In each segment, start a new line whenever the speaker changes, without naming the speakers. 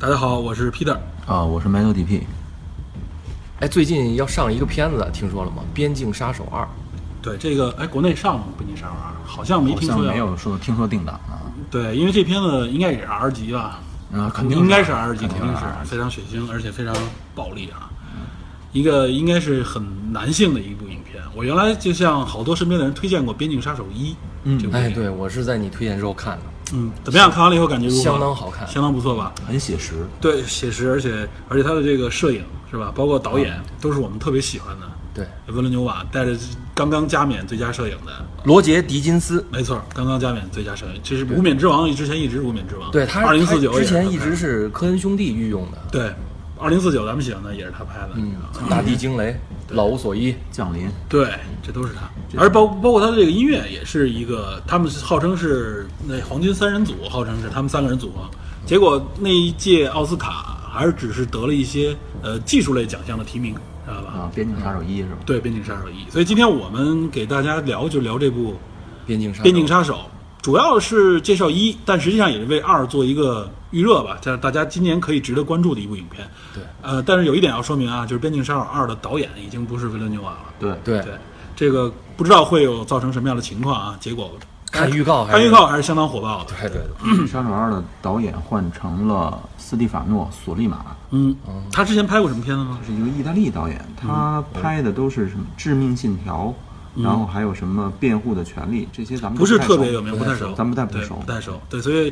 大家好，我是 Peter。
啊，我是 Mano DP，
哎，最近要上一个片子，听说了吗？《边境杀手二》。
对这个，哎，国内上了吗《北京杀手二》，好像没
好
听
像
说呀。
没有说听说定档啊，
对，因为这片子应该也是 R 级吧？
啊，肯定
应该是 R 级，肯
肯定
定
是
是
R 级
非常血腥，而且非常暴力啊。一个应该是很男性的一部影片。我原来就向好多身边的人推荐过《边境杀手一》
嗯
这部电
哎，
影，
对，我是在你推荐之后看的，
嗯，怎么样？看完了以后感觉如何？
相当好看。
相当不错吧？
很写实，
对，写实，而且而且他的这个摄影是吧，包括导演
嗯
都是我们特别喜欢的。
对，
温伦纽瓦带着刚刚加冕最佳摄影的，
罗杰·狄金斯，
没错，刚刚加冕最佳摄影，这是无冕之王，之前一直无冕之王。
对他，
二零四九
他之前一直是科恩兄弟御用的。
对，二零四九咱们喜欢的也是他拍的，
嗯，大地惊雷、老无所依，
降临
对，这都是他。而包包括他的这个音乐也是一个，他们号称是那黄金三人组，号称是他们三个人组合，结果那一届奥斯卡还是只是得了一些呃技术类奖项的提名，知道吧？
啊，边境杀手一是吧？
对《边境杀手一》，所以今天我们给大家聊就聊这部
《边境杀
《
手
边境杀手》，主要是介绍一，但实际上也是为二做一个预热吧，这样大家今年可以值得关注的一部影片。
对，
呃，但是有一点要说明啊，就是《边境杀手二》的导演已经不是维伦纽瓦了。
对
对，
对，这个不知道会有造成什么样的情况啊？结果
看预告还
看
是
预告还是相当火爆的。
对对对，
边境杀手二的导演换成了斯蒂法诺·索利马，
嗯，他之前拍过什么片子吗
他？是一个意大利导演，他拍的都是什么《致命信条》，然后还有什么《辩护的权利》，这些咱们
不
都
是
太
特
熟
别有名，不太熟，
咱们不太
对
熟
不太熟。对，所以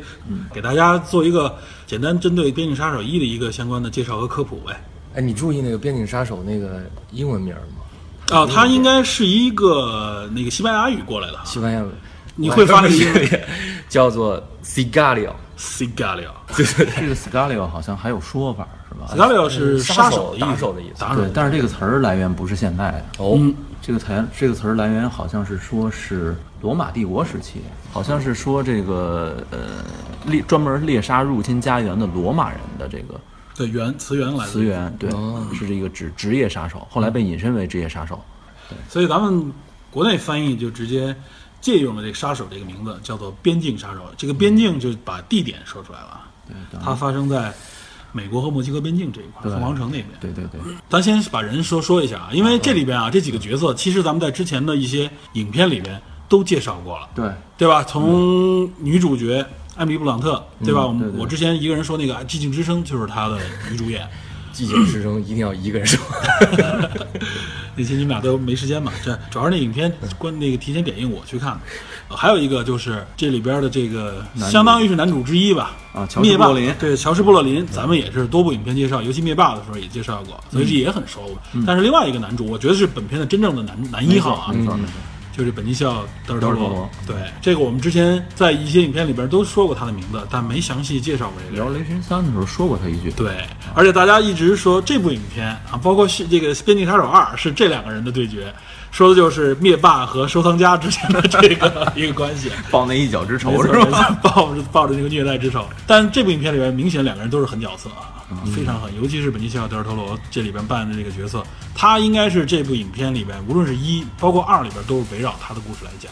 给大家做一个简单针对《边境杀手一》的一个相关的介绍和科普呗。
哎，你注意那个《边境杀手》那个英文名吗？
啊，他应该是一个那个西班牙语过来的啊
西班牙文，
你会发音
叫做 Cigario，
，Cigario。
这个 Scario 好像还有说法是吧？
Cigario 是杀手
杀手打
手
手的意思
打手
对，。但是这个词儿来源不是现代的。
哦，
嗯
这个词这个词儿来源好像是说是罗马帝国时期，好像是说这个呃猎专门猎杀入侵家园的罗马人的这个
对，原词源来
词
的。
源，对，是这个职职业杀手，后来被引申为职业杀手。
所以咱们国内翻译就直接借用了这个杀手这个名字，叫做边境杀手。这个边境就把地点说出来了啊，它发生在美国和墨西哥边境这一块，
对
凤凰城那边。
对对对，
咱先把人说说一下啊，因为这里边啊这几个角色，其实咱们在之前的一些影片里边都介绍过了。
对
对吧？从女主角艾米丽·布朗特，对吧？我们
对对
我之前一个人说那个《寂静之声》就是她的女主演，
寂静之声一定要一个人说。
那天你们俩都没时间嘛，这主要是那影片关那个提前点映我去看的。呃还有一个就是这里边的这个相当于是男主之一吧，
啊乔
灭
治
霸
布洛林
对乔治·布洛林，咱们也是多部影片介绍，尤其灭霸的时候也介绍过，所以
嗯
这也很熟。但是另外一个男主，我觉得是本片的真正的男男一号啊，
没错没错，
就是本尼校德尔
德
托
尔托
罗
罗。
对，这个我们之前在一些影片里边都说过他的名字，但没详细介绍过这个人。
聊《雷神三》的时候说过他一句，
对，而且大家一直说这部影片啊，包括是这个《边境杀手二》是这两个人的对决，说的就是灭霸和收藏家之间的这个一个关系，
报那一脚之
没错？没错抱着抱着那个虐待之手，但这部影片里边明显两个人都是狠角色啊，非常狠，尤其是本尼西奥·德尔托罗这里边扮演的这个角色，他应该是这部影片里边无论是一包括二里边都是围绕他的故事来讲。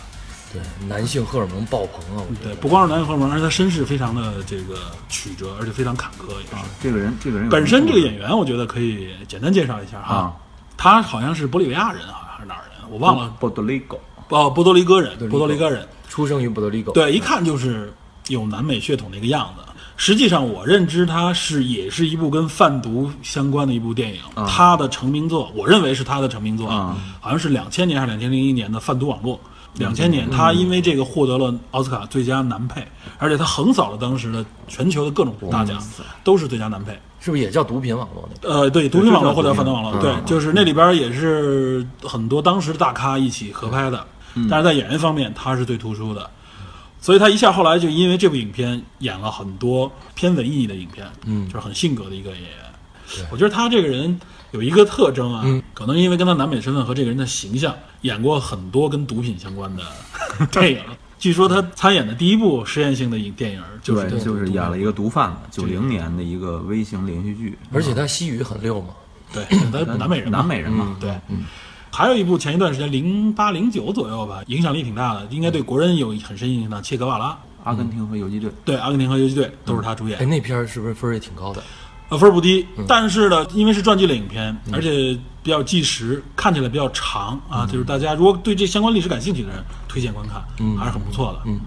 对，男性荷尔蒙爆棚啊！我觉
对，
得
不光是男性荷尔蒙，而且他身世非常的这个曲折，而且非常坎坷，也是。
这个人这个人有
本身这个
什么
演员，我觉得可以简单介绍一下哈，
啊
他好像是玻利维亚人，好像还是哪儿人，我忘了，
波多利狗，
哦，波多黎各人，
多黎各
波多黎各人，
出生于波多黎各，
对，一看就是有南美血统的一个样子。实际上，我认知它是也是一部跟贩毒相关的一部电影，它的成名作，我认为是它的成名作，
啊
好像是两千年还是两千零一年的《贩毒网络》。两千年，他因为这个获得了奥斯卡最佳男配，而且他横扫了当时的全球的各种大奖，都是最佳男配。
是不是也叫毒品网络那个？
呃，对，毒品网络或者反动网络，
嗯
对
嗯，
就是那里边也是很多当时的大咖一起合拍的，
嗯
但是在演员方面他是最突出的，所以他一下后来就因为这部影片演了很多偏文艺的影片，嗯，就是很性格的一个演员。我觉得他这个人有一个特征啊，
嗯
可能因为跟他南美身份和这个人的形象，演过很多跟毒品相关 的电影。据说他参演的第一部实验性的影电影就是这
对，
个
就是演了一个毒贩子，九
对
零年的一个微型连续剧，
而且他西语很溜嘛，
对，他南美人嘛
南美人嘛，
对，还有一部前一段时间零八零九左右吧，影响力挺大的，应该对国人有很深影响的。切格瓦拉，
阿根廷和游击队，
对，阿根廷和游击队都是他主演
哎，。那片儿是不是分儿也挺高的？
呃，分儿不低，但是呢，因为是传记类影片，而且比较纪实，看起来比较长啊，就是大家如果对这相关历史感兴趣的人，推荐观看，还是很不错的。嗯，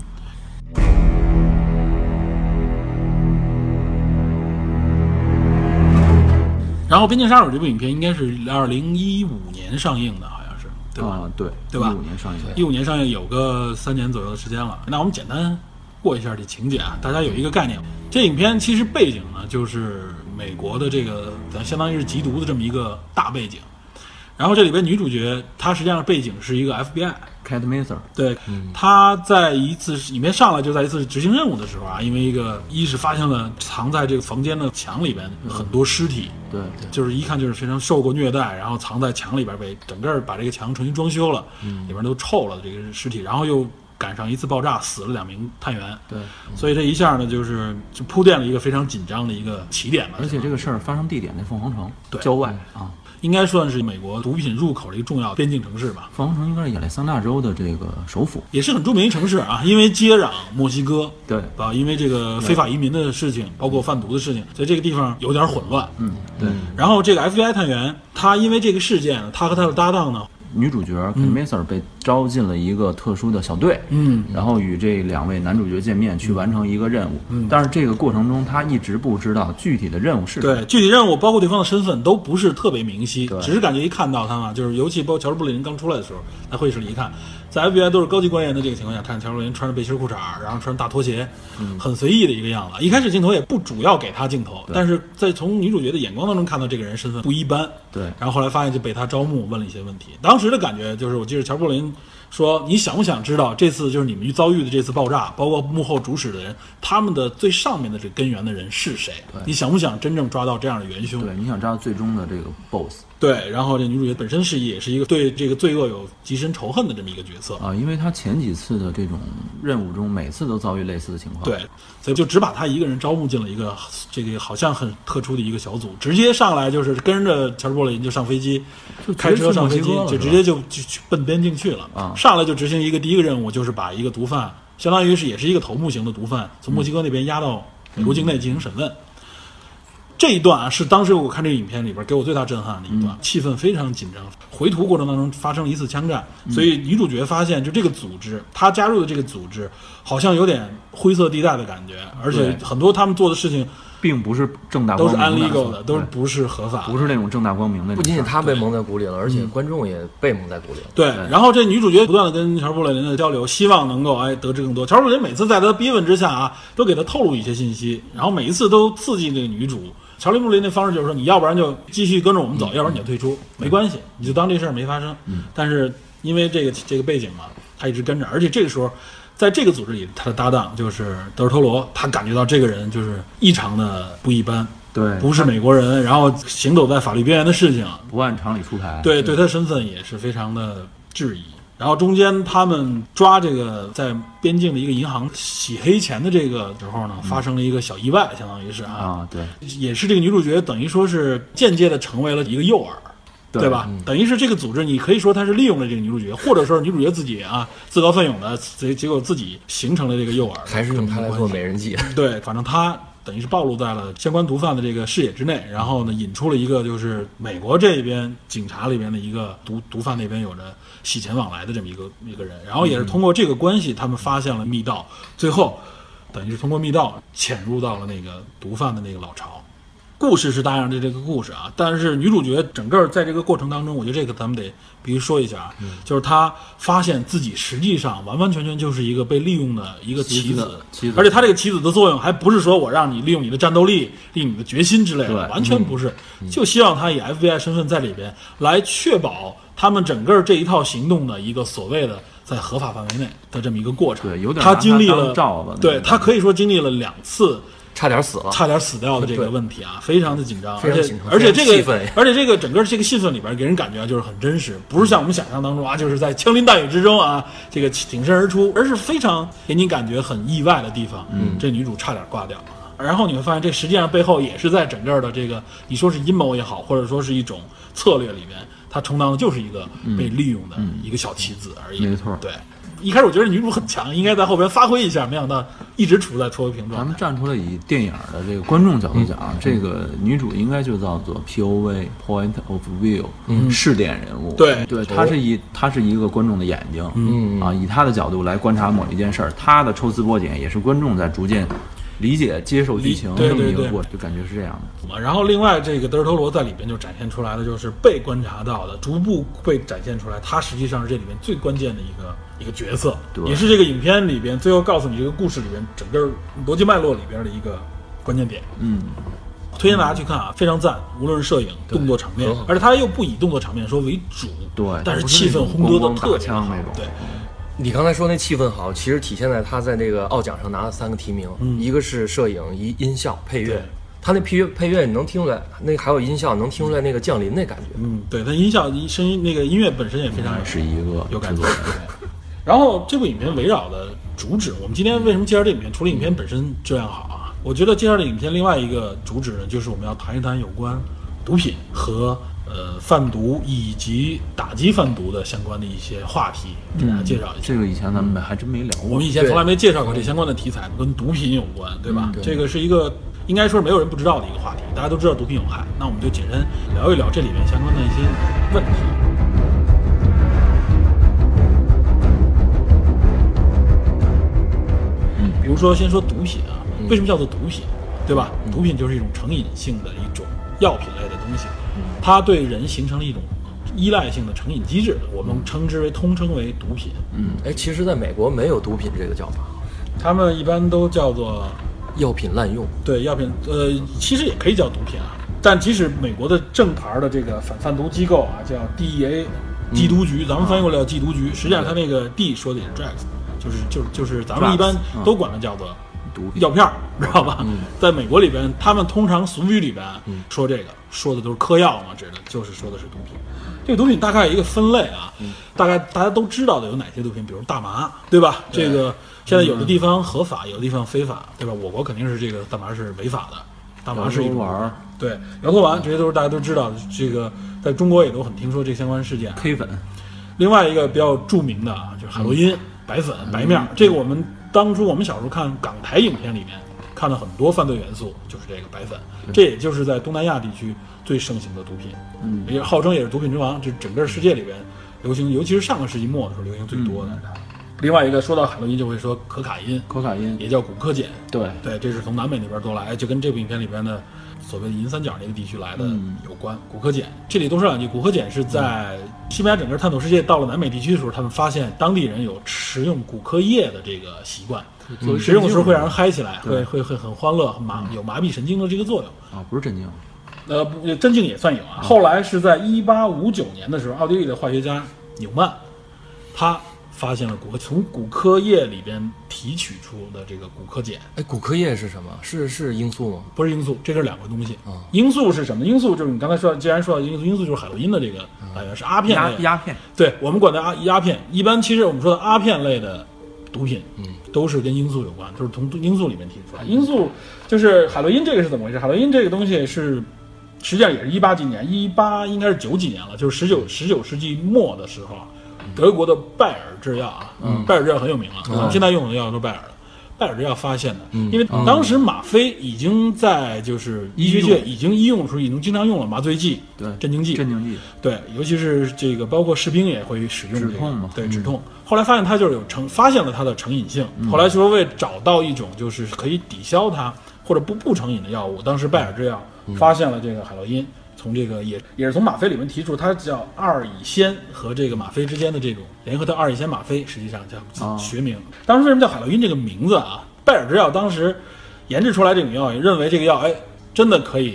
然后《边境杀手》这部影片应该是二零一五年上映的，好像是，对吧？
啊，对，
对吧
一五年上映，
一五年上映有个三年左右的时间了。那我们简单过一下这情节啊，大家有一个概念。这影片其实背景呢，就是美国的这个咱相当于是缉毒的这么一个大背景。然后这里边女主角她实际上背景是一个 FBI，
Cat Maser，
对，她在一次影片上来就在一次执行任务的时候啊，因为一个一是发现了藏在这个房间的墙里边很多尸体，
对，
就是一看就是非常受过虐待，然后藏在墙里边被整个把这个墙重新装修了，
嗯
里边都臭了这个尸体，然后又赶上一次爆炸，死了两名探员。
对，
所以这一下呢，就是就铺垫了一个非常紧张的一个起点吧。
而且这个事儿发生地点在凤凰城
对嗯
郊外啊，
应该算是美国毒品入口的一个重要边境城市吧，
凤凰城应该是亚利桑那州的这个首府，
也是很著名一城市啊，因为接壤墨西哥。
对，
啊，因为这个非法移民的事情，包括贩毒的事情，所以这个地方有点混乱。
嗯，对，
然后这个 FBI 探员，他因为这个事件呢，他和他的搭档呢，
女主角 Cat Maser 被招进了一个特殊的小队，
嗯，
然后与这两位男主角见面，去完成一个任务。
嗯
但是这个过程中，他一直不知道具体的任务是什么。
对，具体任务包括对方的身份都不是特别明晰，
对
只是感觉一看到他嘛，就是尤其包括乔治布林刚出来的时候，在会议室里一看，在 FBI 都是高级官员的这个情况下，看见乔治布林穿着背心裤衩，然后穿着大拖鞋，
嗯
很随意的一个样子。一开始镜头也不主要给他镜头，但是在从女主角的眼光当中看到这个人身份不一般。
对
然后后来发现就被他招募问了一些问题，当时的感觉就是，我记得乔治布林。说你想不想知道这次就是你们遭遇的这次爆炸，包括幕后主使的人，他们的最上面的这根源的人是谁？你想不想真正抓到这样的元凶？
对，你想知道最终的这个 BOSS
对，然后这女主角本身是也是一个对这个罪恶有极深仇恨的这么一个角色，
啊、因为他前几次的这种任务中，每次都遭遇类似的情况。
对，所以就只把她一个人招募进了一个这个好像很特殊的一个小组，直接上来就是跟着乔治·布林就上飞机，
就
开车上飞机，就
就
直接就就去奔边境去了。
啊
上来就执行一个第一个任务，就是把一个毒贩，相当于是也是一个头目型的毒贩，从墨西哥那边押到美国境内进行审问。这一段啊，是当时我看这个影片里边给我最大震撼的一
嗯
段，气氛非常紧张。回途过程当中发生了一次枪战，所以女主角发现，就这个组织，她加入的这个组织，好像有点灰色地带的感觉，而且
对
很多他们做的事情
并不是正大
都
光
是
明
unlegal 的，
对
都是不是合法的
不是那种正大光明的那种事
不
儿。
仅仅他被蒙在鼓里了，而且观众也被蒙在鼓里了。
对，然后这女主角不断的跟乔布雷林的交流，希望能够哎得知更多。乔布雷林每次在他逼问之下啊，都给他透露一些信息，然后每一次都刺激这个女主。乔布雷林的方式就是说，你要不然就继续跟着我们走，要不然你就退出，没关系，你就当这事儿没发生。但是因为这个这个背景嘛，他一直跟着，而且这个时候。在这个组织里，他的搭档就是德尔托罗，他感觉到这个人就是异常的不一般，
对
不是美国人，然后行走在法律边缘的事情，
不按常理出牌。
对对他身份也是非常的质疑。然后中间他们抓这个在边境的一个银行洗黑钱的这个时候呢，发生了一个小意外，相当于是嗯啊，
啊，对
也是这个女主角等于说是间接的成为了一个诱饵。对嗯吧？等于是这个组织，你可以说他是利用了这个女主角，或者说是女主角自己啊自告奋勇的，结结果自己形成了这个诱饵，
还是用它来做美人计，
对，反正他等于是暴露在了相关毒贩的这个视野之内，然后呢，引出了一个就是美国这边警察里边的一个毒毒贩那边有着洗钱往来的这么一个一个人，然后也是通过这个关系，他们发现了密道，最后等于是通过密道潜入到了那个毒贩的那个老巢。故事是大样的这个故事啊，但是女主角整个在这个过程当中，我觉得这个咱们得必须说一下啊，
嗯
就是她发现自己实际上完完全全就是一个被利用的一个棋
棋子
子，
棋子
而且她这个棋子的作用还不是说我让你利用你的战斗力、利用你的决心之类的，
对嗯
完全不是，就希望她以 FBI 身份在里边来确保他们整个这一套行动的一个所谓的在合法范围内的这么一个过程。
对有点
她
拿
经历
它当
了
罩子那
对
种
她可以说经历了两次
差点死了。
差点死掉的这个
对
问题啊，非常的紧张，
非
而
常
且
紧张
而且
非常
这
气
个
愤呀
而且这个整个这个戏份里边给人感觉啊就是很真实，不是像我们想象当中啊，就是在枪林弹雨之中啊，这个挺身而出，而是非常给你感觉很意外的地方。嗯，这女主差点挂掉了。然后你会发现，这实际上背后也是在整个的这个，你说是阴谋也好，或者说是一种策略里面，她充当的就是一个
嗯
被利用的一个小棋子而已。
没错
对。一开始我觉得女主很强，应该在后边发挥一下，没想到一直处在拖油瓶状
咱
态
们。站出来以电影的这个观众角度讲，
嗯
这个女主应该就叫做 POV (Point of View)，、试点人物。
嗯对
对，她是以她是一个观众的眼睛，嗯啊，以她的角度来观察某一件事儿，她的抽丝剥茧也是观众在逐渐理解、接受剧情
对
这么
对
一个
对
过程，就感觉是这样的。
然后另外这个德尔托罗在里边就展现出来的就是被观察到的，逐步被展现出来，他实际上是这里面最关键的一个一个角色，
对
也是这个影片里边最后告诉你这个故事里边整个逻辑脉络里边的一个关键点。
嗯，
推荐大家去看啊，非常赞，无论是摄影、动作场面
很好，
而且他又不以动作场面说为主，
对
但是
不是
气氛
那种
烘托的
咣咣
特别
打枪
好
那种
对，
你刚才说那气氛好，其实体现在他在那个奥奖上拿了三个提名，一个是摄影，一音效配乐
对。
他那配乐配乐你能听出来，那还有音效能听出来那个降临那感觉。
嗯，对，他音效、声音那个音乐本身也非常有
哎是一个
有感
制
觉
作人。。
然后这部影片围绕的主旨，我们今天为什么介绍这影片？除了影片本身质量好啊，我觉得介绍这影片另外一个主旨呢，就是我们要谈一谈有关毒品和呃贩毒以及打击贩毒的相关的一些话题，给大家介绍一下。
这个以前咱们还真没聊
我
过
们。以前从来没介绍过这相关的题材，跟毒品有关，对吧？这个是一个应该说是没有人不知道的一个话题，大家都知道毒品有害，那我们就简单聊一聊这里面相关的一些问题。比如说，先说毒品啊，为什么叫做毒品，对吧？毒品就是一种成瘾性的一种药品类的东西，它对人形成了一种依赖性的成瘾机制，我们称之为通称为毒品。
哎，其实在美国没有毒品这个叫法，
他们一般都叫做
药品滥用。
对药品，呃，其实也可以叫毒品啊。但即使美国的正牌的这个反贩毒机构啊，叫 DEA，缉毒局，咱们翻译过来叫缉毒局，实际上它那个 D 说的也是 drugs，就是就是就是咱们
Drugs，
一般
嗯
都管它叫做
毒品嗯
药片儿，知道吧？在美国里边，他们通常俗语里边说这个说的都是嗑药嘛，指的就是说的是毒品。这个毒品大概有一个分类啊，
嗯
大概大家都知道的有哪些毒品，比如大麻，对吧？这个现在有的地方合法，有的地方非法，对吧？我国肯定是这个大麻是违法的，大麻嗯是一种
摇头丸儿
对摇头丸，这些都是大家都知道的。这个在中国也都很听说这相关事件啊。
K 粉，
另外一个比较著名的啊，就是海洛因、白粉、白面儿，这个我们当初我们小时候看港台影片里面看到很多犯罪元素，就是这个白粉，这也就是在东南亚地区最盛行的毒品，嗯，也号称也是毒品之王，这整个世界里边流行，尤其是上个世纪末的时候流行最多的。另外一个说到海洛因，就会说可卡因，
可卡因
也叫古柯碱，
对
对，这是从南美那边过来，就跟这部影片里边的所谓的银三角那个地区来的有关。古柯碱，这里多说两句，古柯碱是在西班牙整个探索世界到了南美地区的时候，他们发现当地人有食用古柯叶的这个习惯，食用的时候会让人嗨起来，会会会很欢乐，很麻有麻痹神经的这个作用。
啊，不是震惊，
呃，不真菌也算有啊。后来是在一八五九年的时候，奥地利的化学家纽曼，他发现了骨从骨科液里边提取出的这个骨科碱，
哎，骨科液是什么？是是罂粟吗？
不是罂粟，这是两个东西。罂粟是什么？罂粟就是你刚才说，既然说到罂粟，罂粟就是海洛因的这个来源，是阿片
鸦
类的
鸦片，
对我们管它阿鸦片，一般其实我们说的阿片类的毒品，嗯，都是跟罂粟有关，都是从罂粟里面提取出来。罂粟就是海洛因，这个是怎么回事？海洛因这个东西是，实际上也是一八几年，一八应该是九几年了，就是十九十九世纪末的时候啊，德国的拜耳制药啊，拜耳制药很有名啊了，我们现在用的药都是拜耳的。拜耳制药发现的，因为当时吗啡已经在就是嗯医学界已经医用出，已经经常用了麻醉剂、
对，
镇静剂、
镇静剂，
对，尤其是这个，包括士兵也会使用、这个、
止痛嘛嗯
对，止痛。后来发现它就是有成，发现了它的成瘾性。后来说为找到一种就是可以抵消它或者不不成瘾的药物，当时拜耳制药
嗯
发现了这个海洛因，从这个也也是从吗啡里面提出，它叫二乙酰和这个吗啡之间的这种联合的二乙酰吗啡，实际上叫
哦
学名。当时为什么叫海洛因这个名字啊？拜耳制药当时研制出来这种药，也认为这个药哎真的可以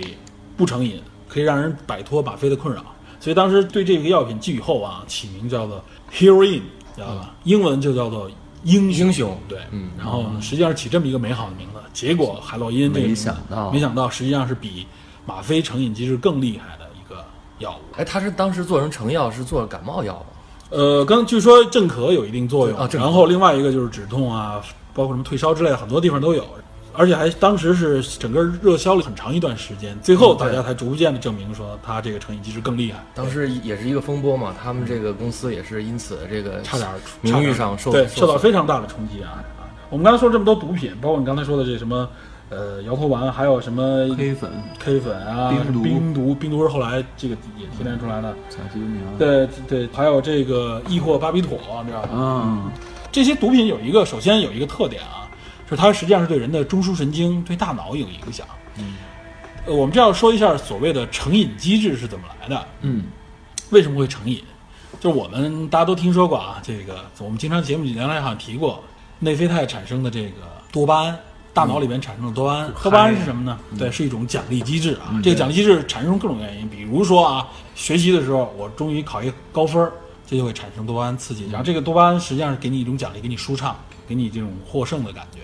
不成瘾，可以让人摆脱吗啡的困扰。所以当时对这个药品寄予厚望，起名叫做 heroin，知道吧？英文就叫做英
英雄
对，嗯，然后呢，实际上是起这么一个美好的名字，结果海洛因这个
没
名字
想到
没想到实际上是比吗啡成瘾机制更厉害的一个药物。
哎，他是当时做成成药是做感冒药吧？
呃，刚据说镇咳有一定作用，
啊镇咳
然后另外一个就是止痛啊，包括什么退烧之类的，很多地方都有，而且还当时是整个热销了很长一段时间，最后大家才逐渐的证明说它这个成瘾机制更厉害。
当时也是一个风波嘛，他们这个公司也是因此这个
差点儿出
名誉上受
对
受
受到
损
非常大的冲击啊！啊我们刚才说这么多毒品，包括你刚才说的这什么呃摇头丸，还有什么
黑粉
K 粉啊、
冰毒
冰毒、冰毒是后来这个也提炼出来的。
甲基苯丙胺，
对对，还有这个异或巴比妥，你知道吧？
嗯，
这些毒品有一个，首先有一个特点啊，就是它实际上是对人的中枢神经、对大脑有影响。嗯，呃，我们这要说一下所谓的成瘾机制是怎么来的。
嗯，
为什么会成瘾？就是我们大家都听说过啊，这个我们经常节目里原来好像提过，内啡肽产生的这个多巴胺，大脑里面产生的多巴胺，多巴胺是什么呢？对，是一种奖励机制啊。这个奖励机制产生各种原因，比如说啊，学习的时候我终于考一个高分儿，这就会产生多巴胺刺激，然后这个多巴胺实际上是给你一种奖励，给你舒畅，给你这种获胜的感觉。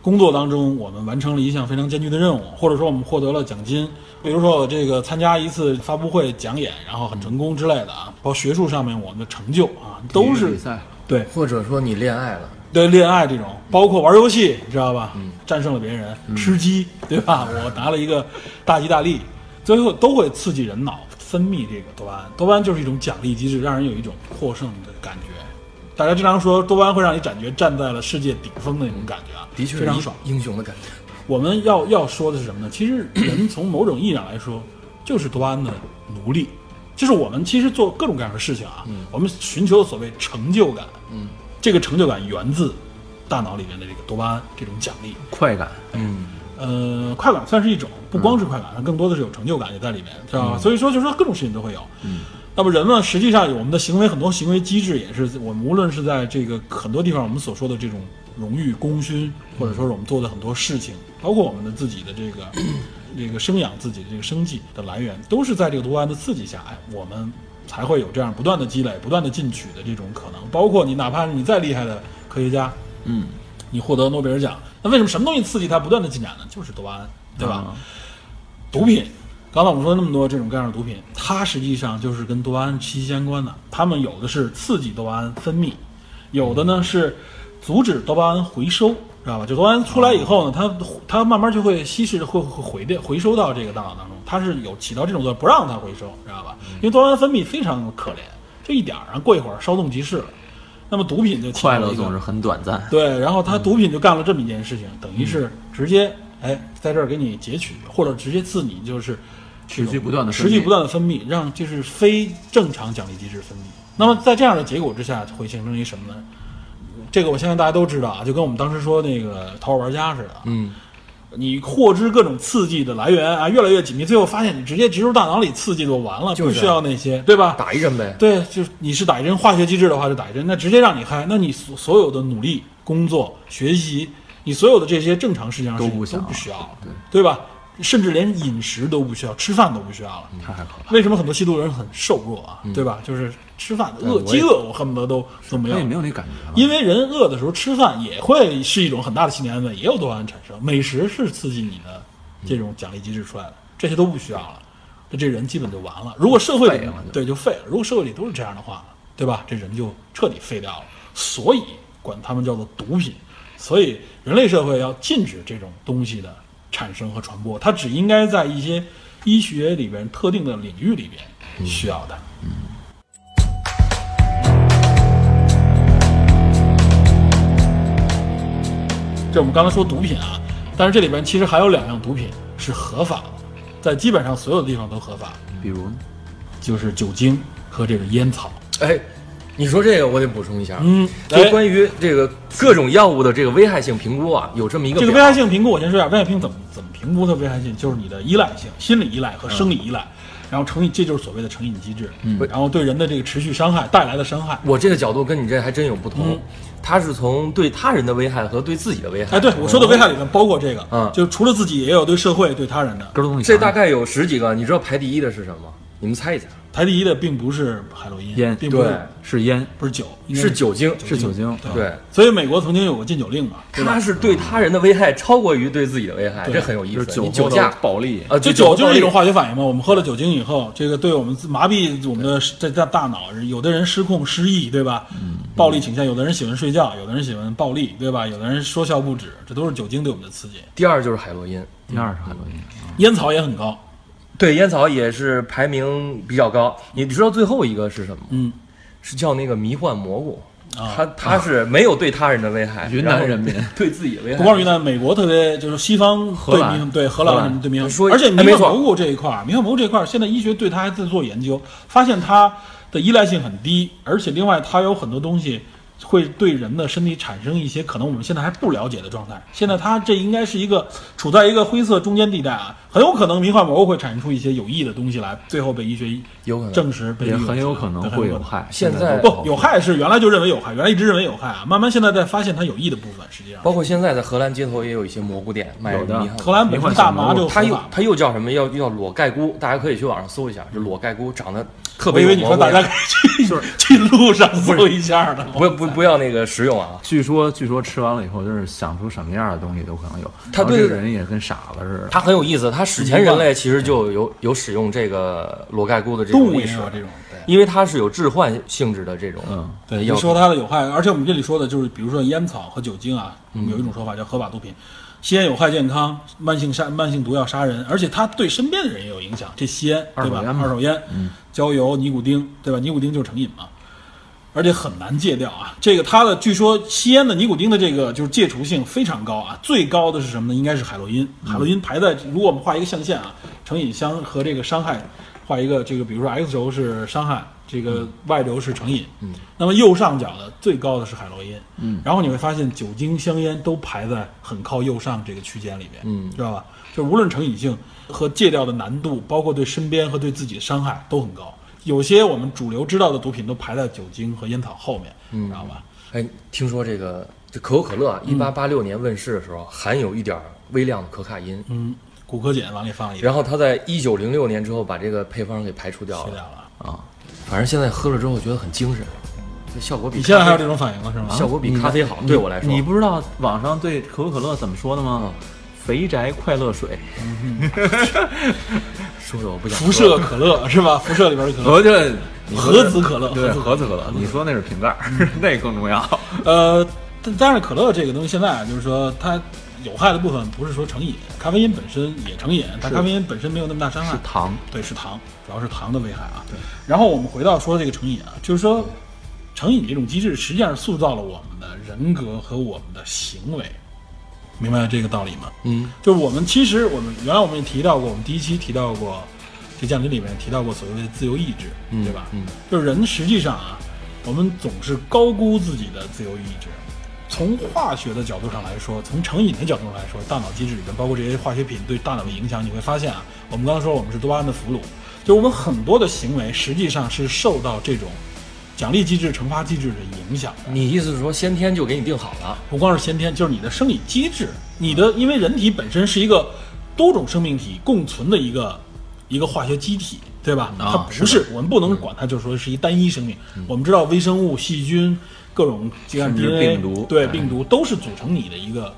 工作当中，我们完成了一项非常艰巨的任务，或者说我们获得了奖金，比如说我这个参加一次发布会讲演，然后很成功之类的啊，包括学术上面我们的成就啊，都
体育
是
比赛，
对
或者说你恋爱了，
对恋爱这种，包括玩游戏，你知道吧？战胜了别人，吃鸡，对吧？我拿了一个大吉大利，最后都会刺激人脑分泌这个多巴胺。多巴胺就是一种奖励机制，让人有一种获胜的感觉。大家经常说多巴胺会让你感觉站在了世界顶峰的那种感觉啊，
的确
非
是
常
英
爽。
英雄的感觉，
我们要要说的是什么呢？其实人从某种意义上来说，就是多巴胺的奴隶。就是我们其实做各种各样的事情啊，我们寻求的所谓成就感，嗯，这个成就感源自大脑里面的这个多巴胺这种奖励。
快感，
呃，快感算是一种，不光是快感，更多的是有成就感也在里面，知道吧？所以说，就是说各种事情都会有。嗯，那么人呢，实际上我们的行为很多行为机制也是，我们无论是在这个很多地方我们所说的这种荣誉、功勋，或者说是我们做的很多事情，包括我们的自己的这个这个生养自己的这个生计的来源，都是在这个多巴胺的刺激下，哎，我们才会有这样不断的积累、不断的进取的这种可能。包括你哪怕你再厉害的科学家，
嗯，
你获得诺贝尔奖，那为什么什么东西刺激它不断的进展呢？就是多巴胺，对吧？
啊
毒品，刚才我们说了那么多这种各样的毒品，它实际上就是跟多巴胺息息相关的。它们有的是刺激多巴胺分泌，有的呢是阻止多巴胺回收，知道吧？就多巴胺出来以后呢，它它慢慢就会稀释，会会回的回收到这个大脑当中，它是有起到这种作用，不让它回收，知道吧？
嗯
因为多巴胺分泌非常可怜，就一点儿，然后过一会儿稍纵即逝了。那么毒品就起到
快
一
乐
个
总是很短 暂，
对，然后他毒品就干了这么一件事
嗯
情，等于是直接哎在这儿给你截取，或者直接赐你就是
持续不断地分
持
泌
续不断的分泌，让就是非正常奖励机制分泌。那么在这样的结果之下，会形成一什么呢？这个我相信大家都知道啊，就跟我们当时说那个《头号玩家》似的，嗯，你获知各种刺激的来源啊，越来越紧密，最后发现你直接植入大脑里刺激就完了，
就是啊
不需要那些，对吧？
打一针呗。
对，就是你是打一针化学机制的话，就打一针，那直接让你嗨，那你所所有的努力、工作、学习，你所有的这些正常事情上的
都
事情
不想
都不需要了，对吧？甚至连饮食都不需要，吃饭都不需要了。嗯
太可怕。
为什么很多吸毒人很瘦弱啊？对吧？就是吃饭饿
我也
饥饿，我恨不得都都没有
他也没有那感觉了，啊
因为人饿的时候吃饭也会是一种很大的心理安慰，也有多巴胺产生。美食是刺激你的这种奖励机制出来的，这些都不需要了，那这人基本就完了。如果社会
废
里
了就
对就废了，如果社会里都是这样的话，对吧？这人就彻底废掉了。所以管他们叫做毒品。所以人类社会要禁止这种东西的产生和传播，它只应该在一些医学里边特定的领域里边需要的。这我们刚才说毒品啊，但是这里边其实还有两样毒品是合法的，在基本上所有的地方都合法，
比如呢
就是酒精和这个烟草。
哎，你说这个我得补充一下，
嗯
就
哎
关于这个各种药物的这个危害性评估啊，有这么一个
这个
表
危害性评估，我先说一下，危害性怎么怎么评估它危害性，就是你的依赖性、心理依赖和生理依赖，然后成瘾，这就是所谓的成瘾机制，嗯然后对人的这个持续伤害带来的伤害。嗯
我这个角度跟你这还真有不同，他是从对他人的危害和对自己的危害。
哎，对我说的危害里面包括这个，
嗯
就除了自己，也有对社会、对他人的。
根儿东西
这
长
大概有十几个，你知道排第一的是什么？你们猜一下，
排第一的并不是海洛因，
烟
并不是
对
是烟，
不是酒，应该
是酒精，
是酒精。对
对，
所以美国曾经有过禁酒令嘛，对吧
它？是对他人的危害超过于对自己的危害，
对
这很有意
就是
思。
酒
你
后
酒
的
驾
暴力，
啊，
就
对
酒就是一种
后的暴力
化学反应嘛，我们喝了酒精以后，这个对我们自麻痹我们的这大大脑，有的人失控失忆，对吧？暴力倾向，有的人喜欢睡觉，有的人喜欢暴力，对吧？有的人说笑不止，这都是酒精对我们的刺激。
第二就是海洛因，
第二是海洛因。
烟草也很高，
对烟草也是排名比较高。你知道最后一个是什么吗？
嗯，
是叫那个迷幻蘑菇。
啊
它它是没有对他人的危害，
啊云南人民
然后对自己的危害。
不光是云南，美国特别就是西方
荷兰
对民对荷
荷
兰
兰
什么对民航，
说
而且
哎
迷
没
幻
错
蘑菇这一块儿，迷幻蘑菇这一块儿，现在医学对它还在做研究，发现它的依赖性很低，而且另外它有很多东西会对人的身体产生一些可能我们现在还不了解的状态。现在它这应该是一个处在一个灰色中间地带啊，很有可能迷幻蘑菇会产生出一些有益的东西来，最后被医学
有可能
证实被
呃也
医学
很有
证实
可能
对很
会
有
有
可能
害。哦
现在
都不好
不有害是原来就认为有害，原来一直认为有害啊，慢慢现在在发现它有益的部分，实际上
包括现在在荷兰街头也有一些蘑菇店卖
有的
迷幻
荷兰本身大麻就
它
合
又
法嘛
它又叫什么？要叫裸盖菇，大家可以去网上搜一下，这裸盖菇长得特
我
别
以
有
为你说
蘑菇
大
样
家可以去去 路上搜一下呢。
不不不要那个食用啊，
据说，据说吃完了以后，就是想出什么样的东西都可能有。
他
然后
对
这个人也跟傻子似的。
它很有意思。它史前人类其实就有有使用这个裸盖菇的
嗯
这
动
种
物
历
也
史
有，这种，
因为它是有致幻性质的这种。
嗯，
对，
药
你说它的有害，而且我们这里说的就是，比如说烟草和酒精啊，我们有一种说法叫合法毒品，吸烟有害健康，慢性杀慢性毒药杀人，而且它对身边的人也有影响。这吸烟嗯
二
对
手
吧
烟？嘛
二手烟、焦油、尼古丁对吧？尼古丁就是成瘾嘛。而且很难戒掉啊。这个它的据说吸烟的尼古丁的这个就是戒除性非常高啊，最高的是什么呢？应该是海洛因，海洛因排在如果我们画一个象限啊，成瘾相和这个伤害画一个这个，比如说 X 轴是伤害，这个 Y 轴是成瘾，嗯，那么右上角的最高的是海洛因，嗯，然后你会发现酒精、香烟都排在很靠右上这个区间里面，嗯，知道吧？就无论成瘾性和戒掉的难度，包括对身边和对自己的伤害都很高。有些我们主流知道的毒品都排在酒精和烟草后面，嗯、知道吧？
哎，听说这个这可口可乐
嗯
一八八六年问世的时候，含有一点微量的可卡因，
嗯，骨科碱往里放一点，
然后它在一九零六年之后把这个配方给排除掉
去
了
掉。了。
反正现在喝了之后觉得很精神，这效果比
你现在还有
咖
这种反应了是吗？
啡效果比咖啡好，
你
对我来说。
你不知道网上对可口可乐怎么说的吗？肥宅快乐水，
说的我不想
辐
说了
射可乐是吧？辐射里边的可乐。
我就
核子可乐
对
核
核子可乐，你说那是瓶盖儿， 那更重要。
呃，但但是可乐这个东西现在啊，就是说它有害的部分不是说成瘾，咖啡因本身也成瘾，但
是
咖啡因本身没有那么大伤害
是。糖，
对，是糖，主要是糖的危害啊。对。然后我们回到说这个成瘾啊，就是说成瘾这种机制实际上塑造了我们的人格和我们的行为，明白这个道理吗？
嗯，
就是我们其实我们原来我们也提到过，我们第一期提到过，这降临里面提到过所谓的自由意志，对吧？
嗯，
就是人实际上啊，我们总是高估自己的自由意志。从化学的角度上来说，从成瘾的角度上来说，大脑机制里面包括这些化学品对大脑的影响，你会发现啊，我们刚才说我们是多巴胺的俘虏，就是我们很多的行为实际上是受到这种奖励机制、惩罚机制的影响的。
你意思是说先天就给你定好了？啊
不光是先天，就是你的生理机制，你的因为人体本身是一个多种生命体共存的一个一个化学机体，对吧？它
啊
不是，我们不
嗯
能管它，就是说是一单一生命。我们知道微生物、细菌、各种这样
甚至
DNA
病毒
对
哎
病毒都是组成你的一个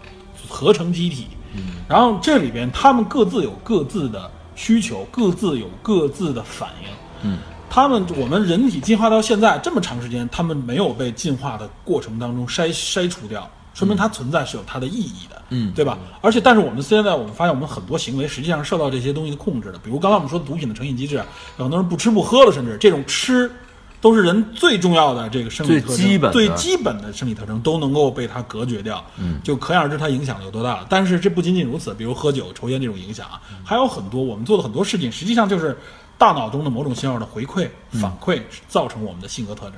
合成机体。
嗯
然后这里边他们各自有各自的需求，各自有各自的反应。
嗯
他们我们人体进化到现在这么长时间，他们没有被进化的过程当中筛筛除掉，说明它存在是有它的意义的，嗯，对吧？而且，但是我们现在我们发现，我们很多行为实际上是受到这些东西的控制的，比如刚才我们说的毒品的成瘾机制，啊有很多人不吃不喝了，甚至这种吃。都是人最重要的这个生理
最
特征，
基本的
最基本的生理特征都能够被它隔绝掉，嗯，就可想而知它影响有多大了。但是这不仅仅如此，比如喝酒、抽烟这种影响啊，还有很多我们做的很多事情，实际上就是大脑中的某种信号的回馈、反馈，造成我们的性格特征。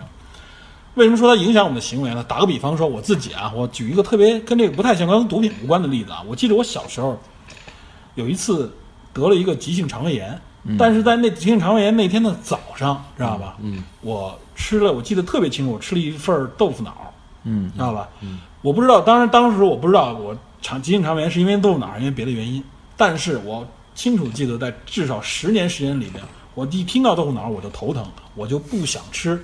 为什么说它影响我们的行为呢？打个比方说，我自己啊，我举一个特别跟这个不太相关、跟毒品无关的例子啊，我记得我小时候有一次得了一个急性肠胃炎，
嗯
但是在那急性肠胃炎那天的早上，知道吧？嗯，我吃了，我记得特别清楚，我吃了一份儿豆腐脑，
嗯，
知道吧？嗯，我不知道，当然当时我不知道我肠急性肠胃炎是因为豆腐脑，还是因为别的原因，但是我清楚记得在至少十年时间里面，我一听到豆腐脑儿我就头疼，我就不想吃。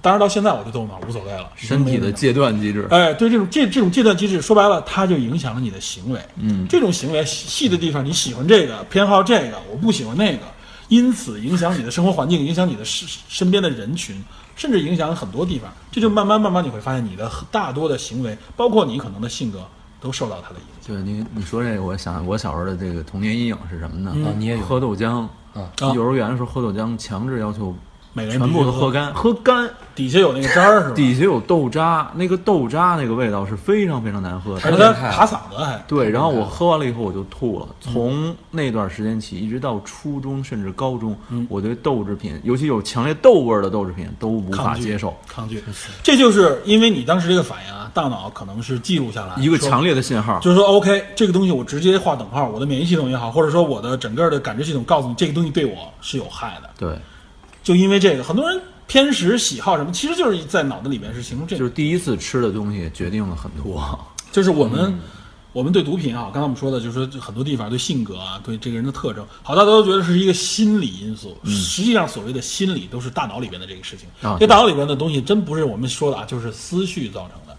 当然到现在我对豆腐脑儿无所谓了，已经
嗯身体
没
的
有
戒断机制。
哎，对这种这这种戒断机制，说白了，它就影响了你的行为。
嗯
这种行为细细的地方，你喜欢这个，偏好这个，我不喜欢那个，因此影响你的生活环境，影响你的身身边的人群，甚至影响很多地方。这就慢慢慢慢，你会发现你的很大多的行为，包括你可能的性格，都受到它的影响。
对你你说这个，我想我小时候的这个童年阴影是什么呢？
嗯
啊你也有
喝豆浆
啊
幼儿园的时候喝豆浆，强制要求
每个人
全部都
喝
喝，干，喝干。
底下有那个渣儿是吧？
底下有豆渣，那个豆渣那个味道是非常非常难喝的。
而且它爬嗓子还。
对，然后我喝完了以后我就吐了。从那段时间起，一直到初中甚至高中，我对豆制品，尤其有强烈豆味儿的豆制品都无法
抗拒
接受。
抗拒，这就是因为你当时这个反应啊，大脑可能是记录下来
一个
啊说
强烈的信号，
就是说，OK，这个东西我直接划等号，我的免疫系统也好，或者说我的整个的感知系统告诉你，这个东西对我是有害的。
对，
就因为这个，很多人偏食、喜好什么，其实就是在脑子里面是形成这
就
种，
是第一次吃的东西决定了很多。
就是我们、
嗯
我们对毒品啊，刚才我们说的，就是说很多地方对性格啊，对这个人的特征，好大家都觉得是一个心理因素。
嗯
实际上，所谓的心理都是大脑里边的这个事情，
啊
这
对
大脑里边的东西真不是我们说的啊，就是思绪造成的。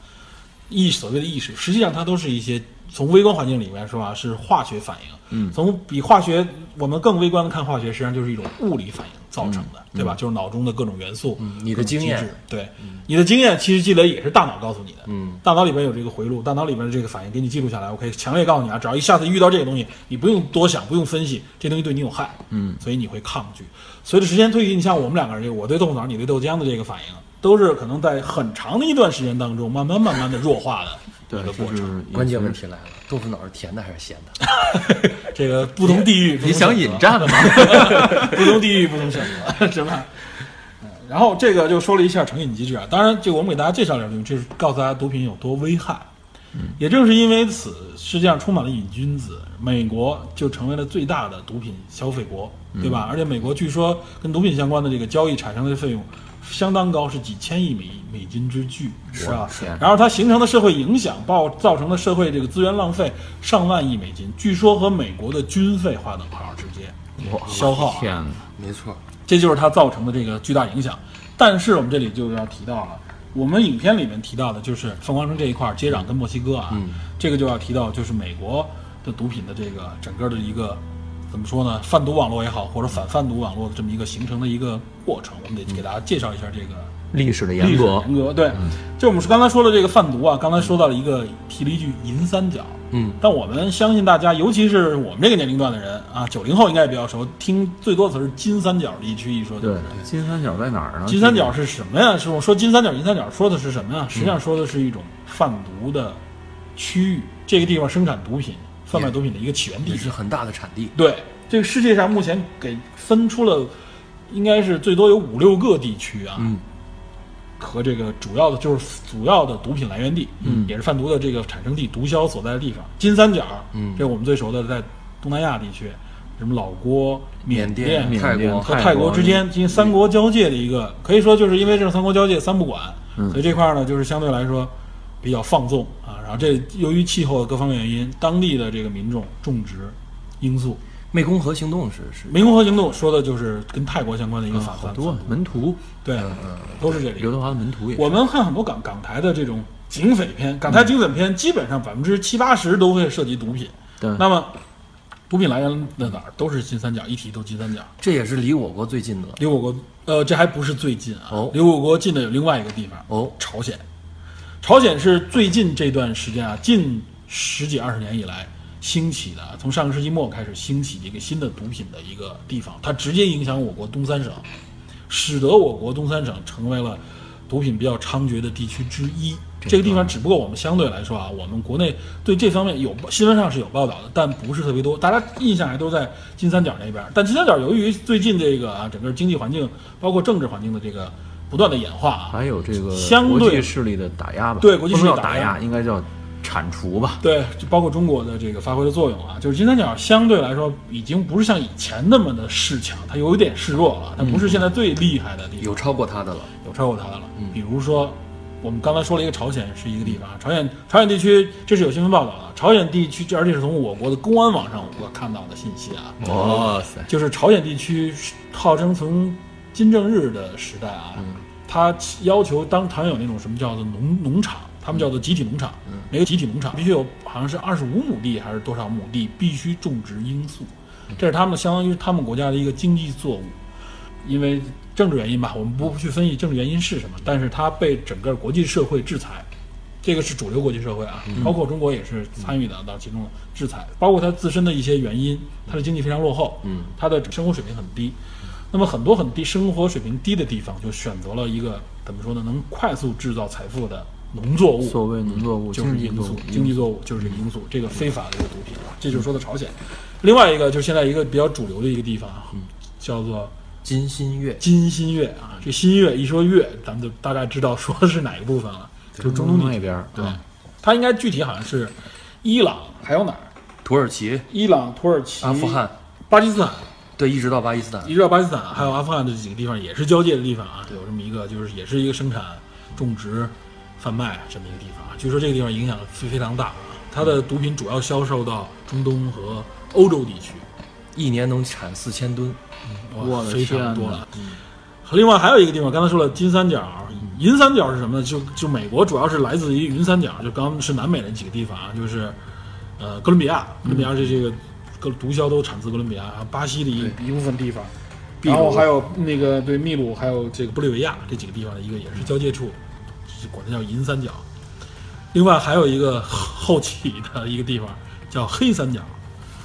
意所谓的意识，实际上它都是一些从微观环境里面说啊，是化学反应。嗯，从比化学我们更微观的看化学，实际上就是一种物理反应造成的，对吧？就是脑中的各种元素，
嗯你的
各种机
经验
制，对，你的经验其实积累也是大脑告诉你的。嗯，大脑里边有这个回路，大脑里边的这个反应给你记录下来。OK，强烈告诉你啊，只要一下次遇到这个东西，你不用多想，不用分析，这东西对你有害。嗯，所以你会抗拒。随着时间推移，你像我们两个人，这个我对豆腐脑，你对豆浆的这个反应。都是可能在很长的一段时间当中，慢慢慢慢的弱化的
对
一个，过
就
程。
是
关键问题来了，豆腐脑是甜的还是咸 的？
这个不同地域，
你想引战吗？
不同地域不同选择，是吧？嗯然后这个就说了一下成瘾机制啊，当然这个我们给大家介绍两句，就是告诉大家毒品有多危害。也正是因为此，世界上充满了瘾君子，美国就成为了最大的毒品消费国，对吧？而且美国据说跟毒品相关的这个交易产生的费用相当高，是几千亿美美金之巨，是吧？
是啊
然后它形成的社会影响，爆造成的社会这个资源浪费上万亿美金，据说和美国的军费划等号直接消耗啊。
天哪！
没错，
这就是它造成的这个巨大影响。但是我们这里就是要提到了，我们影片里面提到的就是凤凰城这一块儿接壤跟墨西哥啊，这个就要提到就是美国的毒品的这个整个的一个怎么说呢，贩毒网络也好，或者反贩毒网络的这么一个形成的一个过程，我们得给大家介绍一下这个
历史的
历
严
史
格，
严格对，就我们是刚才说的这个贩毒啊，刚才说到了一个提了一句银三角，
嗯，
但我们相信大家，尤其是我们这个年龄段的人啊，九零后应该也比较熟，听最多的词儿是金三角地区一说就
对
是。，
金三角在哪儿呢？
金三角是什么呀？是我说金三角，银三角说的是什么呀？实际上说的是一种贩毒的区域，这个地方生产毒品、贩卖毒品的一个起源地
也
区。
是很大的产地。
对，这个世界上目前给分出了，应该是最多有五六个地区啊，
嗯
和这个主要的就是主要的毒品来源地，嗯，也是贩毒的这个产生地、毒枭所在的地方，金三角，
嗯
这我们最熟的在东南亚地区，什么老挝、缅
甸
甸、
缅
泰
甸
国嗯
和
泰
泰国之间进行三国交界的一个，可以说就是因为这种三国交界三不管，
嗯
所以这块儿呢就是相对来说比较放纵啊。然后这由于气候的各方面原因，当地的这个民众种植罂粟。
湄公河行动是是
湄公河行动说的就是跟泰国相关的一个反
啊好
反
多嗯门徒，
对，都是这里
刘。德华的门徒也是
我们看很多港港台的这种警匪片，港台警匪片基本上百分之七八十都会涉及毒品。
对
那么毒品来源在哪儿？都是金三角，一提都金三角。
这也是离我国最近的了。
离我国呃，这还不是最近啊，
哦
离我国近的有另外一个地方
哦
朝鲜。朝鲜是最近这段时间啊，近十几二十年以来兴起的，啊从上个世纪末开始兴起的一个新的毒品的一个地方，它直接影响我国东三省，使得我国东三省成为了毒品比较猖獗的地区之一。这个地方，只不过我们相对来说啊，我们国内对这方面有新闻上是有报道的，但不是特别多。大家印象还都在金三角那边，但金三角由于最近这个啊，整个经济环境包括政治环境的这个不断的演化啊，
还有这个
相对
国际势力的打压吧，
对国际势力
不能叫
打
打
压
压，应该叫铲除吧。
对，就包括中国的这个发挥的作用啊，就是金三角相对来说已经不是像以前那么的势强，它有一点示弱了，它不是现在最厉害的地方，
有超过它的了，
有超过它的了。比如说我们刚才说了一个朝鲜是一个地方啊，朝鲜朝鲜地区这是有新闻报道的，朝鲜地区这而且是从我国的公安网上我看到的信息啊，
哇塞，
就是朝鲜地区是号称从金正日的时代啊，
嗯
他要求当常有那种什么叫做农农场，他们叫做集体农场，
嗯
每个集体农场必须有好像是二十五亩地还是多少亩地必须种植罂粟，
嗯
这是他们相当于是他们国家的一个经济作物，因为政治原因吧，我们不去分析政治原因是什么，但是它被整个国际社会制裁，这个是主流国际社会啊，包括中国也是参与的到其中的制裁，包括它自身的一些原因，它的经济非常落后，嗯，它的生活水平很低，那么很多很低生活水平低的地方就选择了一个怎么说呢，能快速制造财富的农作物，
所谓农作物、
就是
经济嗯
因
作
素
物，，
经济作物就是这个因素，这个非法的一个毒品，这就是说的朝鲜。另外一个就是现在一个比较主流的一个地方
嗯
啊，叫做
金新月
金新月啊。这新月一说月，咱们就大概知道说的是哪个部分 了，就中东地区
那边儿
对，它应该具体好像是伊朗，还有哪儿？
土耳其、
伊朗、土耳其、
阿富汗、
巴基斯坦，
对，一直到巴基斯坦。
伊朗、巴基斯坦还有阿富汗这几个地方也是交界的地方啊，有这么一个就是也是一个生产、种植、贩卖这么一个地方啊。据说这个地方影响非非常大啊，它的毒品主要销售到中东和欧洲地区，
一年能产四千吨，
哇，
我的
非常
天
多
哪
了。嗯另外还有一个地方，刚才说了金三角、银三角是什么呢？就就美国主要是来自于云三角，就刚是南美的几个地方啊，就是呃哥伦比亚，哥伦比亚是这个各毒枭都产自哥伦比亚，然后巴西的一一部分地方，然后还有那个对秘鲁，还有这个玻利维亚这几个地方的一个也是交界处，是管它叫银三角。另外还有一个后起的一个地方叫黑三角，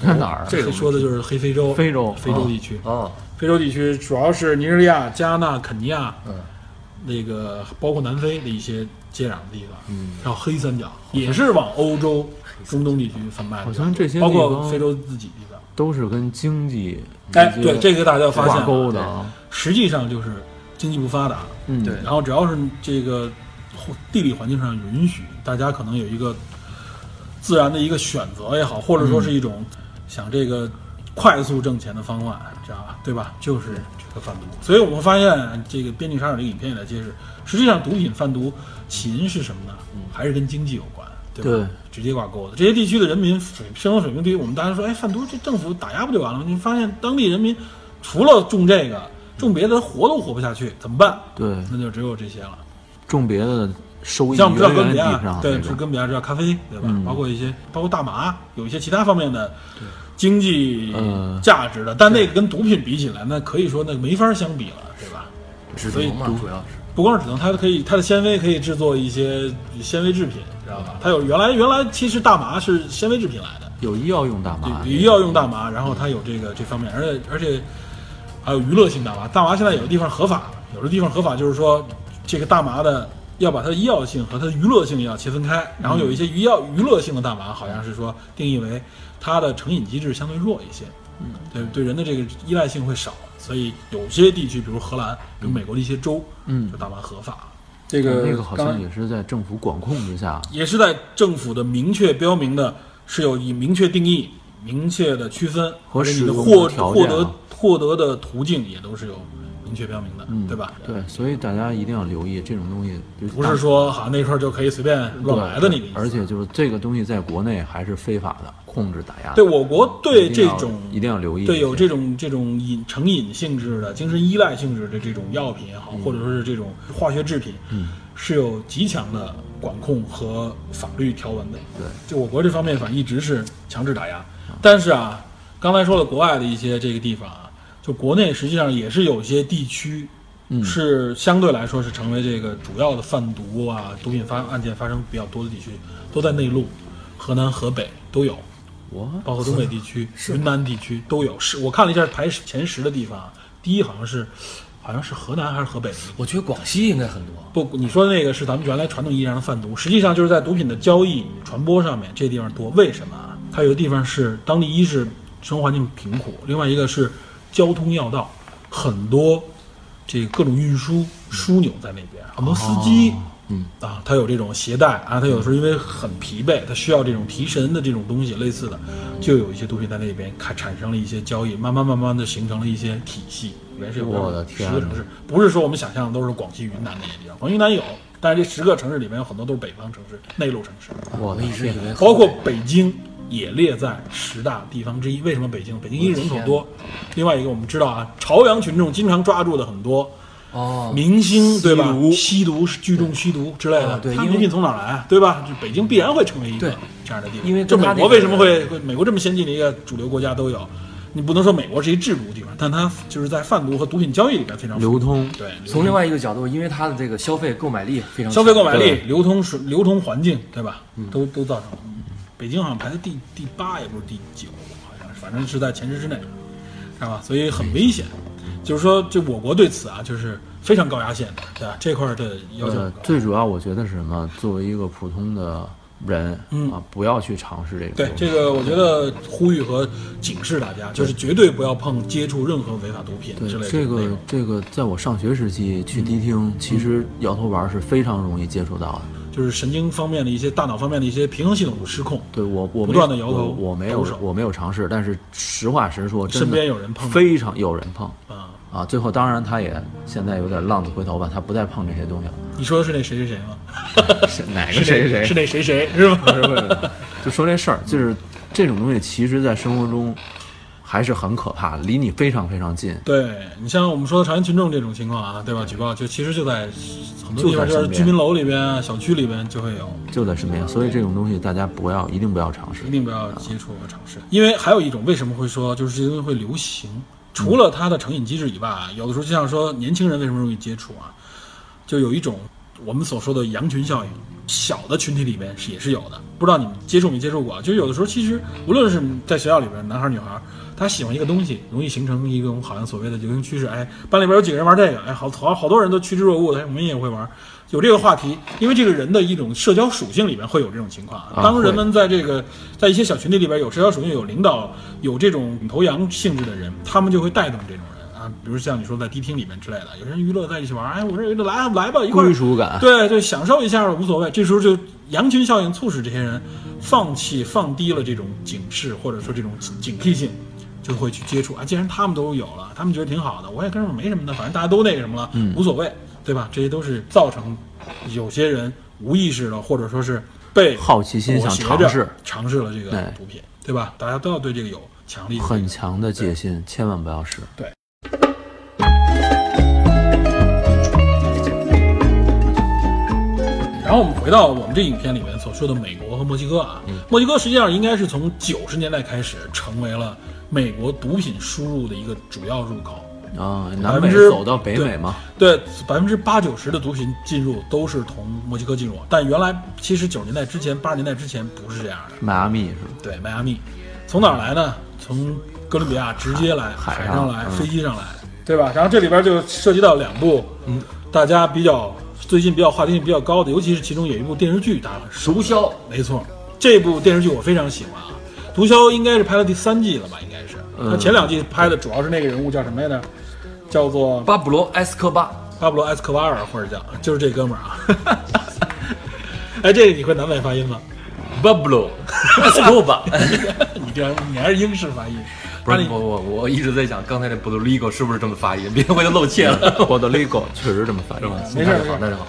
在哪儿？
这个说的就是黑非洲，
非洲
非洲地区。
啊，
非洲地区主要是尼日利亚、加纳、肯尼亚，
嗯，
那个包括南非的一些接壤的地方，嗯，然后黑三角也是往欧洲、中东地区贩卖的，
好像这些
包
地
括
方
非洲自己地方。
都是跟经济
哎，对，嗯这个大家要发现
挂钩
了，
的啊。
实际上就是经济不发达，
嗯，
对
然后只要是这个地理环境上允许，大家可能有一个自然的一个选择也好，或者说是一种想这个快速挣钱的方案，这样对吧？就是这个贩毒。所以我们发现这个《边境杀手》这个影片也在揭示，实际上毒品贩毒起因是什么呢？还是跟经济有关。嗯对吧？
对
直接挂钩的。这些地区的人民水生活水平低，我们大家说，哎，贩毒这政府打压不就完了吗？你发现当地人民除了种这个，种别的活都活不下去，怎么办？
对，
那就只有这些了。
种别的收益
像我们知道
远
哥伦
远
比
比不
亚
上，
啊对，
那
是
种
哥伦比亚知道咖啡，对吧？
嗯
包括一些，包括大麻，有一些其他方面的经济
呃
价值的，但那个跟毒品比起来，那可以说那没法相比了，对吧？
止
所以
疼嘛，主要是
不光是止疼，它可以它的纤维可以制作一些纤维制品，知道吧？它有原来原来其实大麻是纤维制品来的，
有医药用大麻，
对，医药用大麻，然后它有这个这方面，而且而且还有娱乐性大麻。大麻现在有的地方合法，有的地方合法就是说这个大麻的要把它的医药性和它的娱乐性要切分开，然后有一些娱药娱乐性的大麻好像是说定义为它的成瘾机制相对弱一些，嗯，对对人的这个依赖性会少，所以有些地区，比如荷兰、比如美国的一些州，
嗯
就大麻合法。这
这
个
哦那个好
刚
像也是在政府管控之下，
也是在政府的明确标明的，是有以明确定义、明确的区分，
和
而且你的
使用
获
的条
获
件啊
得获得的途径也都是有明确标明的，对吧？
嗯对，所以大家一定要留意这种东西，就
不是说好像那块儿就可以随便
对
乱来的那个意思。
而且就是这个东西在国内还是非法的，控制打压的。
对我国对
一
这
定要
种
一定要留意
对有这
这
种这种瘾成瘾性质的、精神依赖性质的这种药品也好，
嗯
或者说是这种化学制品，是有极强的管控和法律条文的。
对，
就我国这方面反正一直是强制打压，但是啊，刚才说了国外的一些这个地方啊，就国内实际上也是有些地区。是相对来说是成为这个主要的贩毒啊、毒品发案件发生比较多的地区，都在内陆，河南、河北都有。
我
包括东北地区、云南地区都有。是我看了一下排前十的地方啊，第一好像是好像是河南还是河北。
我觉得广西应该很多。
不，你说的那个是咱们原来传统意义上的贩毒，实际上就是在毒品的交易传播上面，这地方多。为什么啊？它有的地方是当地一是生活环境贫苦，另外一个是交通要道，很多这各种运输枢纽在那边，很多司机，嗯啊，他有这种携带啊，他有时候因为很疲惫，他需要这种提神的这种东西类似的，就有一些毒品在那边开产生了一些交易，慢慢慢慢的形成了一些体系，原是有
我的天啊
十个城市，不是说我们想象的都是广西、云南那些地方，广西、云南有，但是这十个城市里面有很多都是北方城市、内陆城市，
我一直以为
包括北京也列在十大地方之一。为什么北京？北京一人口多，另外一个我们知道啊，朝阳群众经常抓住的很多
哦，
明星，对吧？吸毒、聚众吸毒之类的
啊，对
他
因
们人
为
品从哪儿来啊？对吧？就北京必然会成为一个
对
这样的地方。
因为
就
跟
美
他
国
那个
为什么会会美国这么先进的一个主流国家都有，你不能说美国是一制毒地方，但它就是在贩毒和毒品交易里边非常
流通
对流
从另外一个角度，因为它的这个消费购买力非常
消费购
强
买力、流通水、流通环境，对吧？
嗯
都都造成了。北京好像排在第第八，也不是第九，好像是反正是在前十之内，是吧？所以很危险。就是说，就我国对此啊，就是非常高压线的，对吧？这块儿的要求
呃
很高，
最主要我觉得是什么？作为一个普通的人、
嗯
啊，不要去尝试这个。
对这个，我觉得呼吁和警示大家，就是绝对不要碰接触任何违法毒品之类的
对这
内
个
容嗯
这个，在我上学时期去迪厅，其实摇头丸是非常容易接触到的。
就是神经方面的一些、大脑方面的一些平衡系统失控。
对我我
不
没
断地摇头
我我没有
抖手
我没有尝试，但是实话实说，真的
身边有人碰
非常有人碰
啊，
啊。最后当然他也现在有点浪子回头吧，他不再碰这些东西了。
你说的是那谁谁谁吗？
是哪个
是那是那谁谁是吗？
就说这事儿，就是这种东西，其实在生活中还是很可怕的，离你非常非常近。
对你像我们说的朝阳群众这种情况啊，对吧？举报就其实就在很多地方，
就
就是
在身边
居民楼里边啊、小区里边就会有，
就在身边，所以这种东西大家不要，一定不要尝试
一。定不要接触和尝试。因为还有一种为什么会说就是这些东西会流行，除了它的成瘾机制以外，啊，有的时候就像说年轻人为什么容易接触啊，就有一种我们所说的羊群效应，小的群体里边是也是有的。不知道你们接触没接触过啊？就有的时候其实无论是在学校里边，男孩儿女孩儿，他喜欢一个东西，容易形成一种好像所谓的流行趋势。哎，班里边有几个人玩这个，哎，好好好多人都趋之若鹜的，哎，我们也会玩。有这个话题，因为这个人的一种社交属性里面会有这种情况。
啊
当
会
人们在这个在一些小群体里边有社交属性、有领导、有这种领头羊性质的人，他们就会带动这种人啊，比如像你说在迪厅里面之类的，有人娱乐在一起玩，哎，我这来啊来吧，一块儿
归属感，
对对，享受一下无所谓。这时候就羊群效应促使这些人放弃、放低了这种警示或者说这种警惕性，就会去接触啊。既然他们都有了，他们觉得挺好的，我也跟着没什么的，反正大家都那个什么了，
嗯
无所谓，对吧？这些都是造成有些人无意识的，或者说是被
好奇心想
裹挟
尝
着
试
尝试了这个
对
毒品，对吧？大家都要对这个有强烈的
很强的戒心，千万不要试。
然后我们回到我们这影片里面所说的美国和墨西哥啊，墨西哥实际上应该是从九十年代开始成为了美国毒品输入的一个主要入口。
啊，
百
南
分
美
之
走到北美嘛，
对，百分之八九十的毒品进入都是从墨西哥进入，但原来其实九十年代之前、八十年代之前不是这样的。
迈阿密是吧？
对，迈阿密，从哪儿来呢？从哥伦比亚直接来，海
海
上
上
来，
嗯
飞机上来，对吧？然后这里边就涉及到两部，嗯，大家比较最近比较话题性比较高的，尤其是其中有一部电视剧，大家很熟
毒枭
没错，这部电视剧我非常喜欢啊。毒枭应该是拍到第三季了吧？应该是，
嗯
他前两季拍的主要是那个人物叫什么来着？叫做
巴布罗埃斯科巴，
巴布罗·埃斯科巴尔，或者叫就是这哥们儿啊。 哎，这个你会南美发音吗？
巴布罗埃斯科巴。
你这你还是英式发音，
不是
那你
我我我一直在想，刚才那 Puerto Rico 是不是这么发音？别回头露怯 了。
波多黎各确实这么翻译。
没事
那
儿
就好，那就好。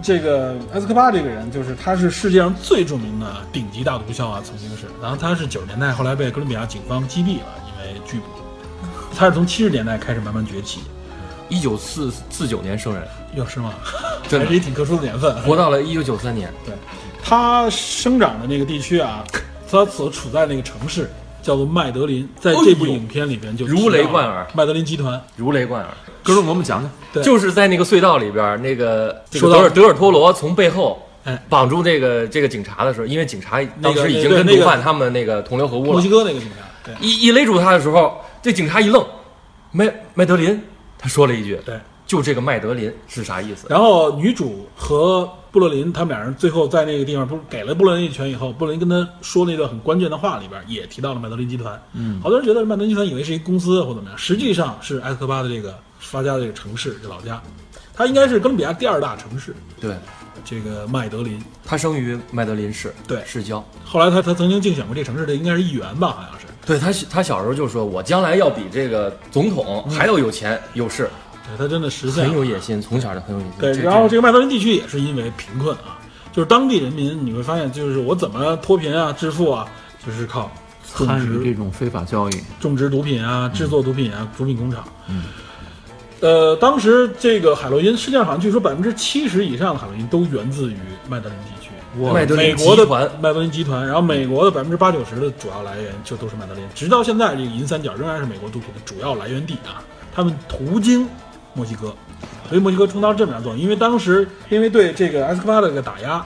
这个埃斯科巴这个人，就是他是世界上最著名的顶级大毒枭啊，曾经是。然后他是九十年代后来被哥伦比亚警方击毙了，因为拒捕。他是从七十年代开始慢慢崛起，
一九四四九年生人，
哟，是吗？
真
还
的
是一挺特殊的年份。啊
活到了一九九三年。
对，他生长的那个地区啊，他所处在那个城市叫做麦德林，在这部
哎呦
影片里边就
如雷贯
提
耳
到了麦德林集团，
如雷贯耳，
哥们儿，给我们讲讲，
对
就是在那个隧道里边儿，那个这
说
个
到
德尔德尔托罗从背后
哎
绑住这个这个警察的时候，因为警察
那
当
个
时已经
那个
跟
那个
毒贩他们那个同流合污
墨
了
西，哥那个警察。对
一一勒住他的时候，这警察一愣，麦麦德林，他说了一句，
对。
就这个麦德林是啥意思？
然后女主和布洛林他们俩人最后在那个地方不是给了布洛林一拳以后，布洛林跟他说那段很关键的话里边也提到了麦德林集团。嗯，好多人觉得麦德林集团以为是一公司或怎么样，实际上是埃斯科巴的这个发家的这个城市，这老家，它应该是哥伦比亚第二大城市，
对，
这个麦德林。
他生于麦德林市，
对
市郊。
后来他他曾经竞选过这城市的应该是议员吧，好像是。嗯
对他，他小时候就说：“我将来要比这个总统还要有钱有势。”
对哎他真的实现了
很有野心，从小就很有野心。
对，
这
然后这个麦哲伦地区也是因为贫困啊，就是当地人民你会发现，就是我怎么脱贫啊、致富啊，就是靠种
参与
植
这种非法交易，
种植毒品啊、制作毒品啊、毒品工厂。呃，当时这个海洛因，世界上好像据说百分之七十以上的海洛因都源自于麦德林地区。
哇麦德
美
林集
国
团
的麦德林集团，然后美国的百分之八九十的主要来源就都是麦德林，直到现在，这个银三角仍然是美国毒品的主要来源地啊。他们途经墨西哥，所以墨西哥充当这么样作用，因为当时因为对这个埃斯科巴的这个打压，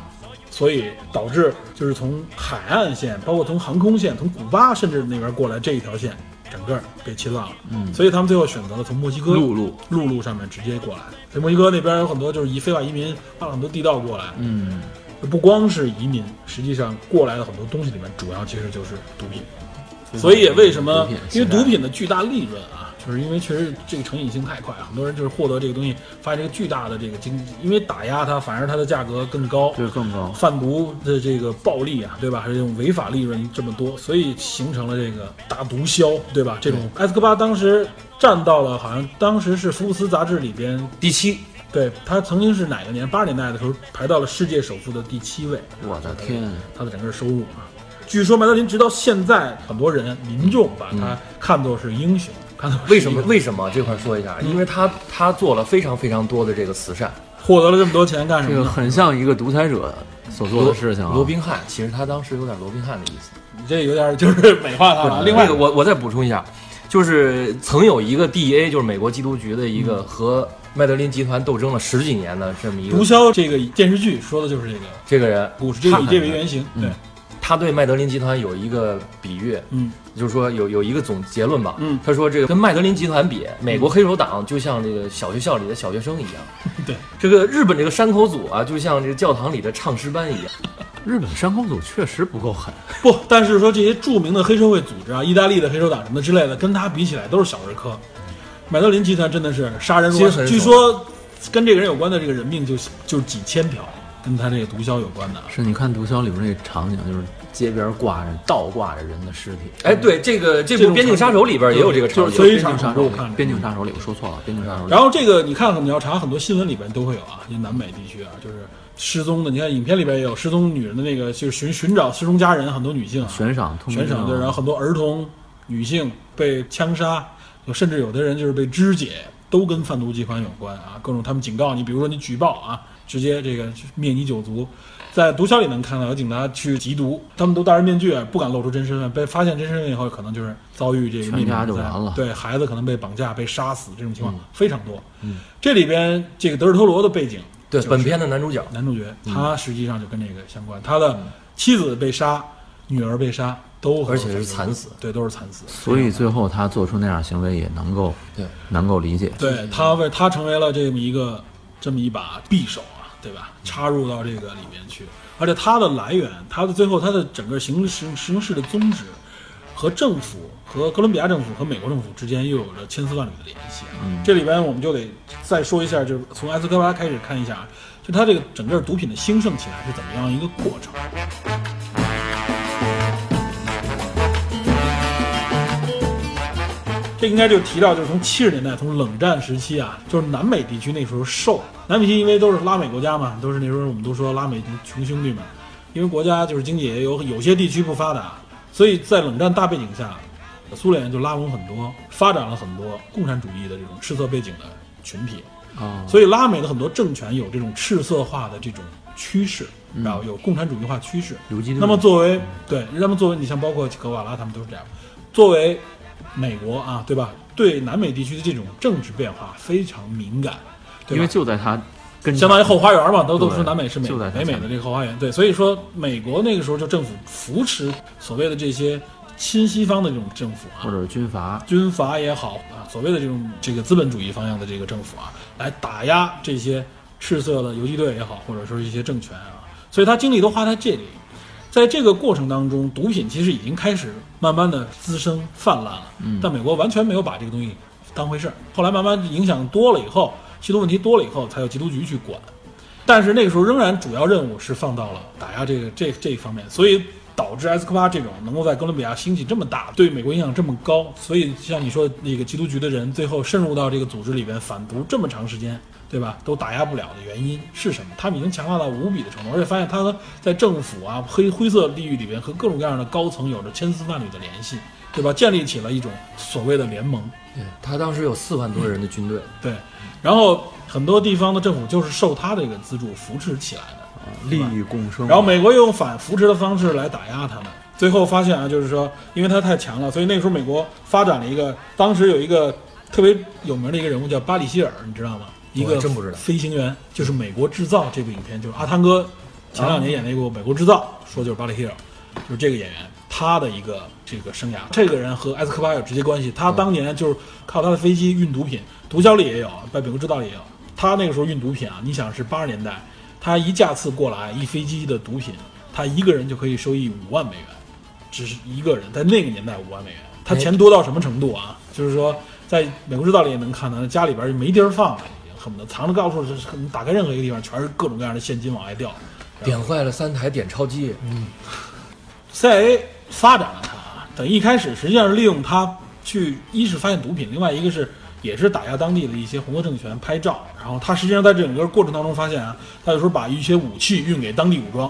所以导致就是从海岸线，包括从航空线，从古巴甚至那边过来这一条线，整个给切断了。嗯，所以他们最后选择了从墨西哥
陆路
陆路上面直接过来。所以墨西哥那边有很多就是以非法移民挖了很多地道过来，
嗯，
不光是移民，实际上过来的很多东西里面，主要其实就是毒品。所以也为什么
毒品？
因为
现在
毒品的巨大利润啊，就是因为确实这个成瘾性太快，啊很多人就是获得这个东西，发现这个巨大的这个经济，因为打压它，反而它的价格更高。
对更高。
贩毒的这个暴利啊，对吧？还有这种违法利润这么多，所以形成了这个大毒枭，对吧？这种埃斯科巴当时站到了，好像当时是福布斯杂志里边
第七，
对他曾经是哪个年？八十年代的时候排到了世界首富的第七位，
我的天，
他的整个收入啊。据说麦德林直到现在，很多人民众把他看作是英雄，看作是
为什么
一个
为什么这块说一下？因为他他做了非常非常多的这个慈善。
获得了这么多钱干什
这
么
个
呢？
很像一个独裁者所做的事情啊。
罗宾汉，其实他当时有点罗宾汉的意思。
你这有点就是 美化他啊了。另外
那个，我我再补充一下，就是曾有一个 DEA，就是美国缉毒局的一
嗯
个和麦德林集团斗争了十几年的这么一
毒
个
枭这个电视剧说的就是这个
这个人，
故事，就是以这为原型。对，
他对麦德林集团有一个比喻，
嗯，
就是说有有一个总结论吧，
嗯
他说这个跟麦德林集团比，美国黑手党就像这个小学校里的小学生一样，
对，
这个日本这个山口组啊，就像这个教堂里的唱诗班一样，
嗯
日本山口组确实不够狠，
不，但是说这些著名的黑社会组织啊，意大利的黑手党什么的之类的，跟他比起来都是小儿科。麦德林集团真的是杀人如麻
精神
据
手
说跟这个人有关的这个人命就就几千条，跟他这个毒枭有关的啊。
是你看《毒枭》里边那个场景，就是街边挂着倒挂着人的尸体。
哎，对，这个这
这
部
种
《边境杀手》里边也有这个
就
场
是
景，
所以
边境杀
非常恐怖
手
我看着
里，边境杀手里，我说错了，边境杀手里
然。后这个你看看，你要查很多新闻里边都会有啊，因为南美地区啊，就是失踪的。你看影片里边也有失踪女人的那个，就是寻寻找失踪家人，很多女性啊，
悬赏，痛
悬赏对，然后很多儿童、女性被枪杀，有甚至有的人就是被肢解，都跟贩毒集团有关啊。各种他们警告你，比如说你举报啊，直接这个灭你九族。在毒枭里能看到有警察去缉毒，他们都戴着面具，不敢露出真身份。被发现真身份以后，可能就是遭遇这个灭
全
顶
家
之
就
灾
完了
对孩子可能被绑架、被杀死，这种情况非常多。嗯，这里边这个德尔托罗的背景，
对，
就是
本片的男主角
男主角，
嗯
他实际上就跟这个相关。他的妻子被杀，女儿被杀，都和
而且是惨死
对，都是惨死。
所以最后他做出那样行为也能够
对
能够理解。
对他为他成为了这么一个这么一把匕首啊，对吧？
嗯
插入到这个里面去，而且它的来源，它的最后它的整个行行行事的宗旨和政府和哥伦比亚政府和美国政府之间又有着千丝万缕的联系。嗯、这里边我们就得再说一下，就是从埃斯科巴开始看一下，就它这个整个毒品的兴盛起来是怎么样一个过程。这应该就提到，就是从七十年代，从冷战时期啊，就是南美地区那时候受，南美地区因为都是拉美国家嘛，都是那时候我们都说拉美穷兄弟嘛，因为国家就是经济也有有些地区不发达，所以在冷战大背景下，苏联就拉拢很多，发展了很多共产主义的这种赤色背景的群体，
哦，
所以拉美的很多政权有这种赤色化的这种趋势，然后有共产主义化趋势。
游击队
那么作为对，那么作为你像包括格瓦拉他们都是这样，作为美国啊，对吧？对南美地区的这种政治变化非常敏感，对
因
吧
为就在他跟
相当于后花园嘛，都都
对
说南美是美
就在它
北美
前
的
面
这个后花园，对，所以说美国那个时候就政府扶持所谓的这些亲西方的这种政府啊，
或者是军阀，
军阀也好啊，所谓的这种这个资本主义方向的这个政府啊，来打压这些赤色的游击队也好，或者说是一些政权啊，所以他精力都花在这里。在这个过程当中，毒品其实已经开始慢慢的滋生泛滥了，嗯、但美国完全没有把这个东西当回事儿。后来慢慢影响多了以后，吸毒问题多了以后，才有缉毒局去管。但是那个时候仍然主要任务是放到了打压这个这这一方面，所以导导致埃斯科巴这种能够在哥伦比亚兴起这么大，对美国影响这么高，所以像你说那个缉毒局的人最后渗入到这个组织里边反毒这么长时间，对吧？都打压不了的原因是什么？他们已经强大到无比的程度，而且发现他在政府啊黑灰色利益里边和各种各样的高层有着千丝万缕的联系，对吧？建立起了一种所谓的联盟，
对他当时有四万多人的军队，
对。然后很多地方的政府就是受他这个资助扶持起来的，
利益共生。
然后美国用反扶持的方式来打压他们。最后发现啊，就是说，因为他太强了，所以那时候美国发展了一个，当时有一个特别有名的一个人物叫巴里希尔，你知道吗？一
我
个
还真不知道
飞行员，就是《美国制造》这部影片，就是阿汤哥前两年演那部《美国制造》，说就是巴里希尔，就是这个演员他的一个这个生涯。这个人和埃斯科巴有直接关系，他当年就是靠他的飞机运毒品，毒枭里也有，在《美国制造》里也有。他那个时候运毒品啊，你想是八十年代，他一架次过来一飞机的毒品，他一个人就可以收益五万美元，只是一个人，在那个年代五万美元，他钱多到什么程度啊？就是说，在美国制造里也能看到，家里边没地儿放了，已经恨不得藏着告诉是恨不得打开任何一个地方全是各种各样的现金往外掉。
点坏了三台点钞机，
CIA 发展了他啊，等于一开始实际上是利用他去，一是发现毒品，另外一个是也是打压当地的一些红色政权拍照，然后他实际上在这整个过程当中发现啊，他有时候把一些武器运给当地武装，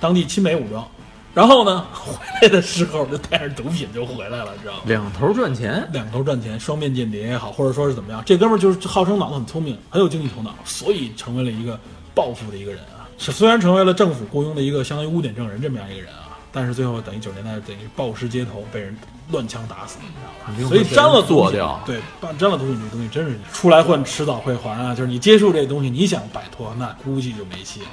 当地亲美武装，然后呢回来的时候就带着毒品就回来了，知道吗？
两头赚钱，
两头赚钱，双面间谍也好，或者说是怎么样，这哥们儿就是号称脑子很聪明，很有经济头脑，所以成为了一个暴富的一个人啊。是虽然成为了政府雇佣的一个相当于污点证人这么样一个人啊，但是最后等于九十年代等于暴尸街头被人乱枪打死，你知道吧？所以沾了毒品
做掉
对，沾沾了毒品这东西真是出来混，迟早会还啊。就是你接触这东西，你想摆脱，那估计就没戏了。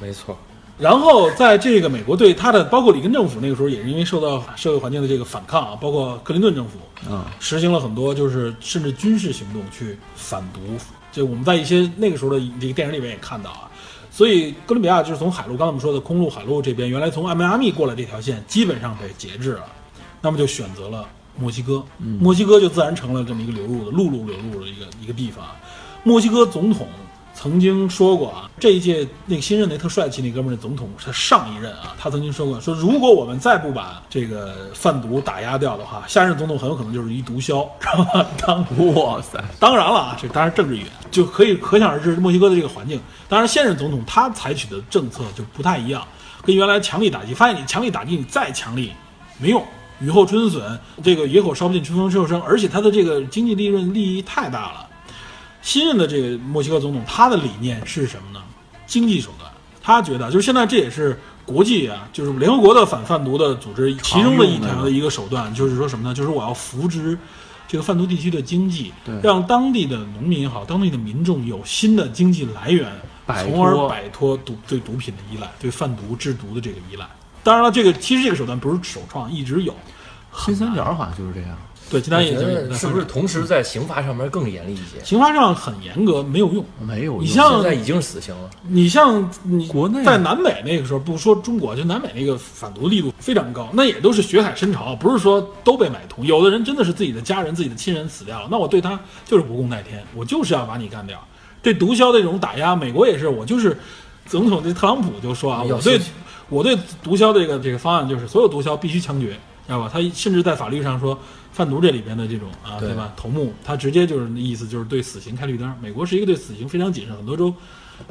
没错，
然后在这个美国对他的，包括里根政府那个时候也是因为受到社会环境的这个反抗啊，包括克林顿政府，
嗯，
实行了很多就是甚至军事行动去反毒。这我们在一些那个时候的这个电影里面也看到啊。所以哥伦比亚就是从海路，刚才我们说的空路、海路这边，原来从迈阿密过来这条线基本上被节制了，那么就选择了墨西哥，墨西哥就自然成了这么一个流入的陆路流入的一个一个地方啊。墨西哥总统曾经说过啊，这一届那个新任那特帅气那哥们儿的总统，他上一任啊，他曾经说过，说如果我们再不把这个贩毒打压掉的话，下任总统很有可能就是一毒枭，知道吗？当
哇塞，
当然了啊，这当然政治语言就可以可想而知墨西哥的这个环境。当然，现任总统他采取的政策就不太一样，跟原来强力打击。发现你强力打击，你再强力没用，雨后春笋，这个野火烧不尽，春风吹又生。而且他的这个经济利润利益太大了。新任的这个墨西哥总统，他的理念是什么呢？经济手段。他觉得，就是现在这也是国际啊，就是联合国的反贩毒的组织其中的一条的一个手段，就是说什么呢？就是我要扶植这个贩毒地区的经济，让当地的农民也好，当地的民众有新的经济来源，
摆脱
从而摆脱毒对毒品的依赖，对贩毒制毒的这个依赖。当然了，这个其实这个手段不是首创，一直有。
新三角好像就是这样。
对，金
我
丹也
觉
已经有
得
在
是
发
不是
展
同时在刑罚上面更严厉一些？
刑法上很严格，没有用。
没有用，
你像
现在已经是死刑了，
你像你
国内
在南美那个时候，不说中国，就南美那个反毒力度非常高，那也都是血海深仇，不是说都被买通。有的人真的是自己的家人、自己的亲人死掉了，那我对他就是不共戴天，我就是要把你干掉。对毒枭的这种打压，美国也是，我就是总统这特朗普就说啊，
哎要
我对
休息
我对毒枭这个这个方案就是所有毒枭必须枪决，知道吧？他甚至在法律上说。贩毒这里边的这种啊，
对
对吧？头目他直接就是意思就是对死刑开绿灯。美国是一个对死刑非常谨慎，很多州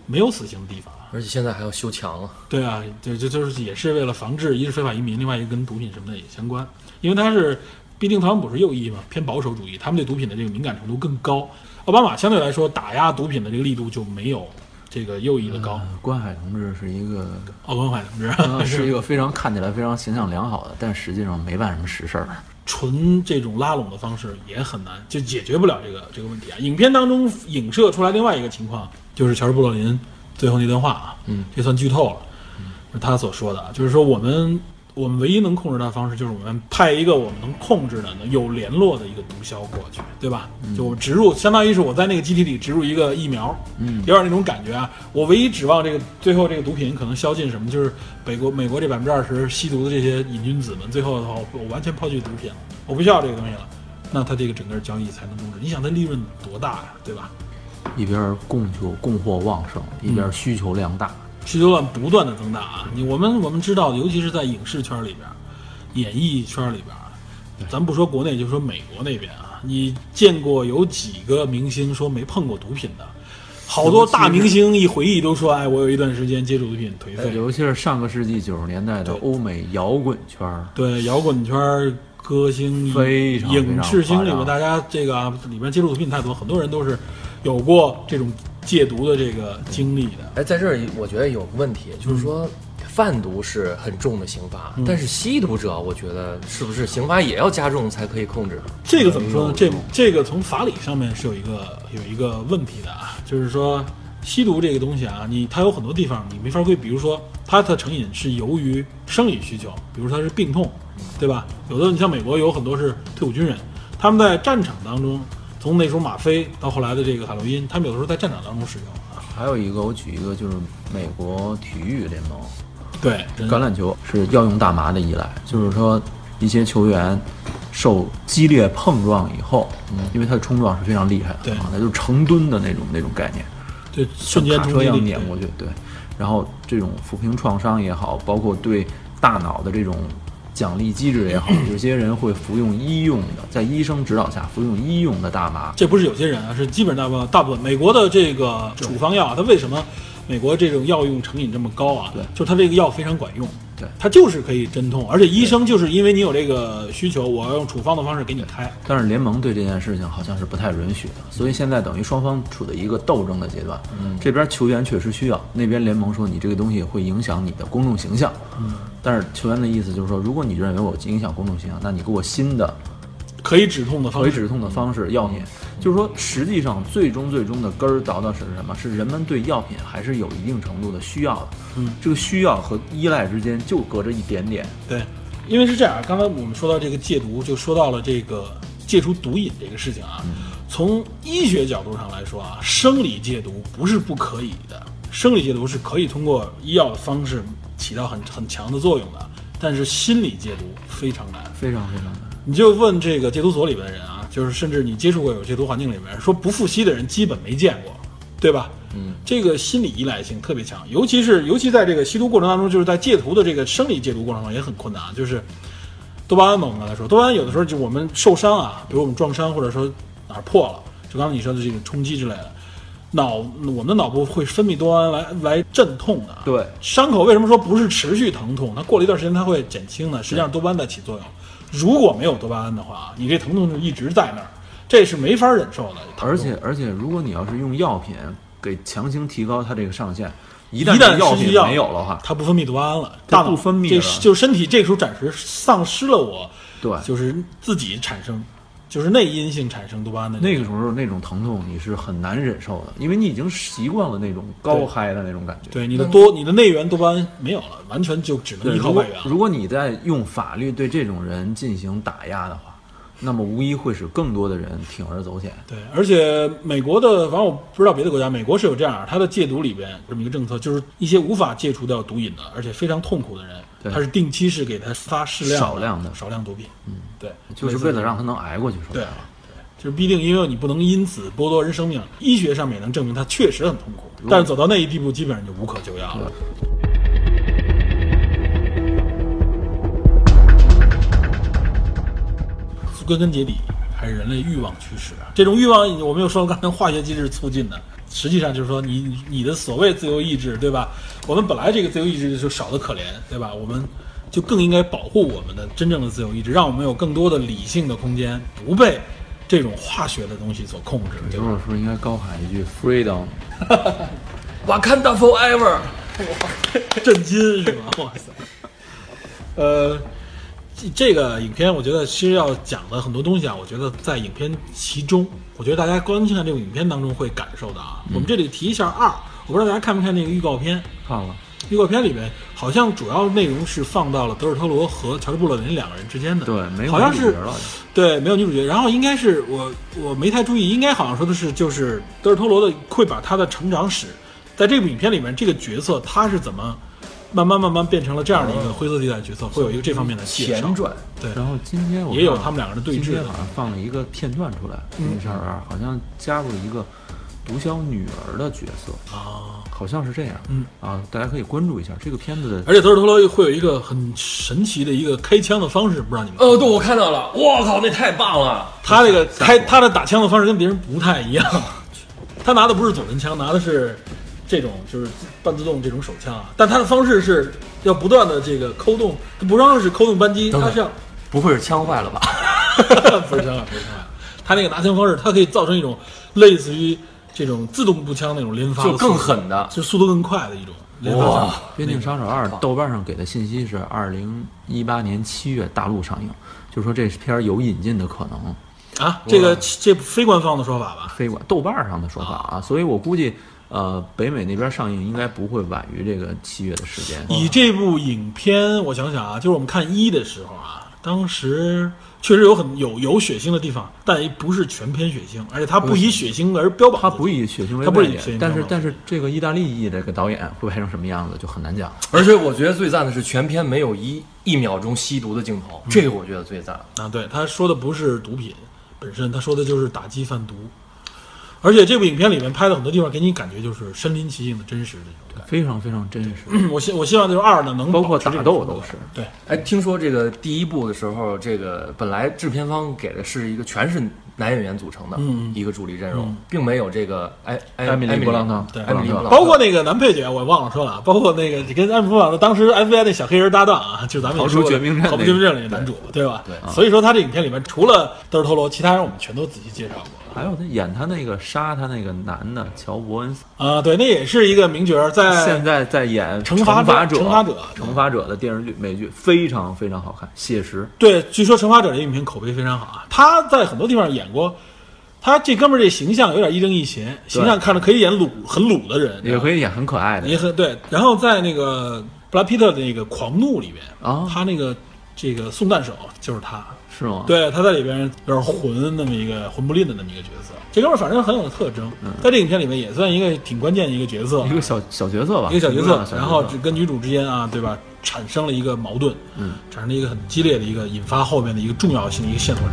没有死刑的地方。
而且现在还要修墙了。
对啊，这这就是也是为了防治，一是非法移民，另外一个跟毒品什么的也相关，因为他是，毕竟特朗普是右翼嘛，偏保守主义，他们对毒品的这个敏感程度更高。奥巴马相对来说打压毒品的这个力度就没有这个右翼的高。
呃关海同志是 一个，
奥本海同志、
呃是一个非常看起来非常形象良好的，但实际上没办什么实事儿。
纯这种拉拢的方式也很难，就解决不了这个这个问题啊。影片当中影射出来另外一个情况，就是乔治布洛林最后那段话啊，嗯，这算剧透了，是他所说的啊，就是说我们我们唯一能控制他的方式，就是我们派一个我们能控制的、能有联络的一个毒枭过去，对吧？就我植入，相当于是我在那个集体里植入一个疫苗，嗯，有点那种感觉啊。我唯一指望这个最后这个毒品可能宵禁什么，就是美国美国这百分之二十吸毒的这些瘾君子们，最后的话我我完全抛弃毒品了，我不需要这个东西了，那他这个整个交易才能终止。你想他利润多大呀、对吧？嗯
一边供求供货旺盛，一边需求量大，
需求量不断的增大啊。你我们我们知道，尤其是在影视圈里边儿、演艺圈里边儿，咱不说国内，就说美国那边啊，你见过有几个明星说没碰过毒品的？好多大明星一回忆都说，哎，我有一段时间接触毒品颓废。
尤其是上个世纪九十年代的
哎对
欧美摇滚圈儿，
对摇滚圈儿、歌星、
非常
影视星里
非常夸张
面，大家这个啊，里面接触毒品太多，很多人都是有过这种戒毒的这个经历的。
哎，在这儿我觉得有个问题，就是说。贩毒是很重的刑罚，但是吸毒者，我觉得是不是刑罚也要加重才可以控制？
这个怎么说呢？这这个从法理上面是有一个有一个问题的啊，就是说吸毒这个东西啊，你它有很多地方你没法归，比如说它的成瘾是由于生理需求，比如它是病痛，
嗯
对吧？有的你像美国有很多是退伍军人，他们在战场当中，从那时候吗啡到后来的这个海洛因，他们有的时候在战场当中使用啊。
还有一个我举一个就是美国体育联盟，
对，
橄榄球是药用大麻的依赖，就是说一些球员受激烈碰撞以后，因为它的冲撞是非常厉害的
嗯对
啊，它就是成吨的那种那种概念，
对瞬间
像卡
冲
车一
击
样
力
碾过去，对。然后这种抚平创伤也好，包括对大脑的这种奖励机制也好，有些人会服用医用的，在医生指导下服用医用的大麻，
这不是有些人啊，是基本大部分大部分美国的这个处方药啊，它为什么美国这种药用成瘾这么高啊？
对
就是它这个药非常管用，
对
它就是可以镇痛，而且医生就是因为你有这个需求，我要用处方的方式给你开。
但是联盟对这件事情好像是不太允许的，所以现在等于双方处在一个斗争的阶段。嗯，这边球员确实需要，那边联盟说你这个东西会影响你的公众形象。嗯，但是球员的意思就是说，如果你认为我影响公众形象，那你给我新的
可以止痛的方
为
式，
止嗯痛的方式，药品。就是说，实际上最终最终的根儿倒到是什么？是人们对药品还是有一定程度的需要的。
嗯，
这个需要和依赖之间就隔着一点点。
对，因为是这样，刚才我们说到这个戒毒，就说到了这个戒除毒瘾这个事情啊。从医学角度上来说啊，生理戒毒不是不可以的，生理戒毒是可以通过医药的方式起到很很强的作用的，但是心理戒毒非常难。
非常非常难。
你就问这个戒毒所里边的人啊，就是甚至你接触过有戒毒环境里面，说不复吸的人基本没见过，对吧？嗯，这个心理依赖性特别强，尤其是尤其在这个吸毒过程当中，就是在戒毒的这个生理戒毒过程中也很困难啊。就是多巴胺嘛，我们刚才说，多巴胺有的时候就我们受伤啊，比如我们撞伤或者说哪儿破了，就刚才你说的这种冲击之类的，脑我们的脑部会分泌多巴胺来来镇痛的啊。
对，
伤口为什么说不是持续疼痛？它过了一段时间它会减轻呢？实际上多巴胺在起作用。如果没有多巴胺的话，你这疼痛就一直在那儿，这是没法忍受的。
而且而且，如果你要是用药品给强行提高它这个上限，一
一旦
这药
失
品
去药
没有了话，
它不分泌多巴胺了，
它
大脑
不分泌
这
了
就身体这时候暂时丧失了我，
对，
就是自己产生，就是内因性产生多巴胺的
那个时候那种疼痛你是很难忍受的，因为你已经习惯了那种高
对
嗨的那种感觉。
对你的多你的内源多巴胺没有了，完全就只能
对，
依靠
如果
外源了。
如果你在用法律对这种人进行打压的话，那么无疑会使更多的人铤而走险。
对，而且美国的，反正我不知道别的国家，美国是有这样，它的戒毒里边这么一个政策，就是一些无法戒除掉毒瘾的，而且非常痛苦的人，
对
他是定期是给他发适量的、
少量的
少量毒品，嗯，对，
就是
类似
为了让他能挨过去，说白
对啊
了。，
就是必定，因为你不能因此剥夺人生命，医学上面也能证明他确实很痛苦，但是走到那一地步，基本上就无可救药了。归根结底，还是人类欲望驱使。这种欲望，我们又说刚才化学机制促进的，实际上就是说你你的所谓自由意志，对吧？我们本来这个自由意志就少得可怜，对吧？我们就更应该保护我们的真正的自由意志，让我们有更多的理性的空间，不被这种化学的东西所控制，对
刘
吧？
老师应该高喊一句 “freedom”，
瓦坎达 forever，
震惊是吧？ 哇塞！呃，这这个影片我觉得其实要讲的很多东西啊，我觉得在影片其中，我觉得大家观看这个影片当中会感受的
嗯
啊。我们这里提一下二，我不知道大家看没看那个预告片，
看了
预告片里面好像主要内容是放到了德尔特罗和乔治布洛林两个人之间的，
对，没有
好像
女主
是
角了。
对，没有女主角。然后应该是我我没太注意，应该好像说的是就是德尔托罗的会把他的成长史，在这部影片里面这个角色他是怎么慢慢慢慢变成了这样的一个灰色地带角色，会有一个这方面的介绍
前。传。
对，
然后今天我
也有
看
他们两个人对峙
今天
的
嗯啊好像放了一个片段出来，那事儿好像加入了一个毒枭女儿的角色，
啊，
好像是这样。
嗯
啊，大家可以关注一下这个片子的。
而且德尔托罗会有一个很神奇的一个开枪的方式，不知道你们
哦，对，我看到了，我靠，那太棒了！
他这个开他的打枪的方式跟别人不太一样， 他拿的不是左轮枪，拿的是这种就是半自动这种手枪啊，但他的方式是要不断的这个扣动，他不光是扣动扳机，
等
他
等
是要
不会是枪坏了吧？
不是枪法，不是枪法，他那个拿枪方式，它可以造成一种类似于这种自动步枪那种连发的
就
速度，啊
更狠的，
就速度更快的一种连发
哇
方式。
《边境杀手二》豆瓣上给的信息是二零一八年七月大陆上映，就说这片儿有引进的可能，
啊，这个这非官方的说法吧？
非管豆瓣上的说法啊，所以我估计，呃，北美那边上映应该不会晚于这个七月的时间。
以这部影片，我想想啊，就是我们看一的时候啊，当时确实有很有有血腥的地方，但也不是全篇血腥，而且它不以血腥而标榜，
他不，以血腥为
它不
卖
以血腥为
点，但
卖
是
点
但是这个意大利裔这个导演会拍成什么样子就很难讲。
而且我觉得最赞的是全片没有一一秒钟吸毒的镜头，这个我觉得最赞。
啊，对，他说的不是毒品本身，他说的就是打击贩毒。而且这部影片里面拍的很多地方，给你感觉就是身临其境的真实的这种
非常非常真实，
感觉。 我希我希望就是二呢能
包
保
括
持这
打
个
斗
风格
都是
对，
哎，听说这个第一部的时候，这个本来制片方给的是一个全是男演员组成的
嗯嗯
一个主力阵容，并没有这个埃埃
艾米丽
丽
勃朗特
对
勃
埃米丽
朗特
勃朗特，
包括那个男配角，我忘了说了，啊，包括那个跟安普朗的当时 FBI 那小黑人搭档啊，就咱们也说过
逃
的
出绝命镇那个
逃出绝命镇里的男主，对吧？
对
所以说他这影片里面除了德尔托罗，其他人我们全都仔细介绍过
还有他演他那个杀他那个男的乔伯恩斯，
了啊。对，那也是一个名角儿，在
现在在演
惩罚者
罚者
惩罚者
惩罚者的电视剧美剧非常非常好看，写实。
对，据说《惩罚者》这影片口碑非常好啊。他在很多地方演过，他这哥们儿这形象有点亦正亦邪，形象看着可以演鲁很鲁的人，啊
也可以演很可爱的
也很对。然后在那个布拉皮特的那个《狂怒》里面
啊
他那个这个送弹手就是他。
是吗？，
对，他在里边有点混，那么一个混不吝的那么一个角色。这哥们儿反正很有特征，在这影片里面也算一个挺关键的一个角色，
嗯一个小小角色吧，
啊一个小角
挺重要的
色。然后只跟女主之间啊，对吧，产生了一个矛盾，嗯，产生了一个很激烈的一个引发后面的一个重要性的一个线索。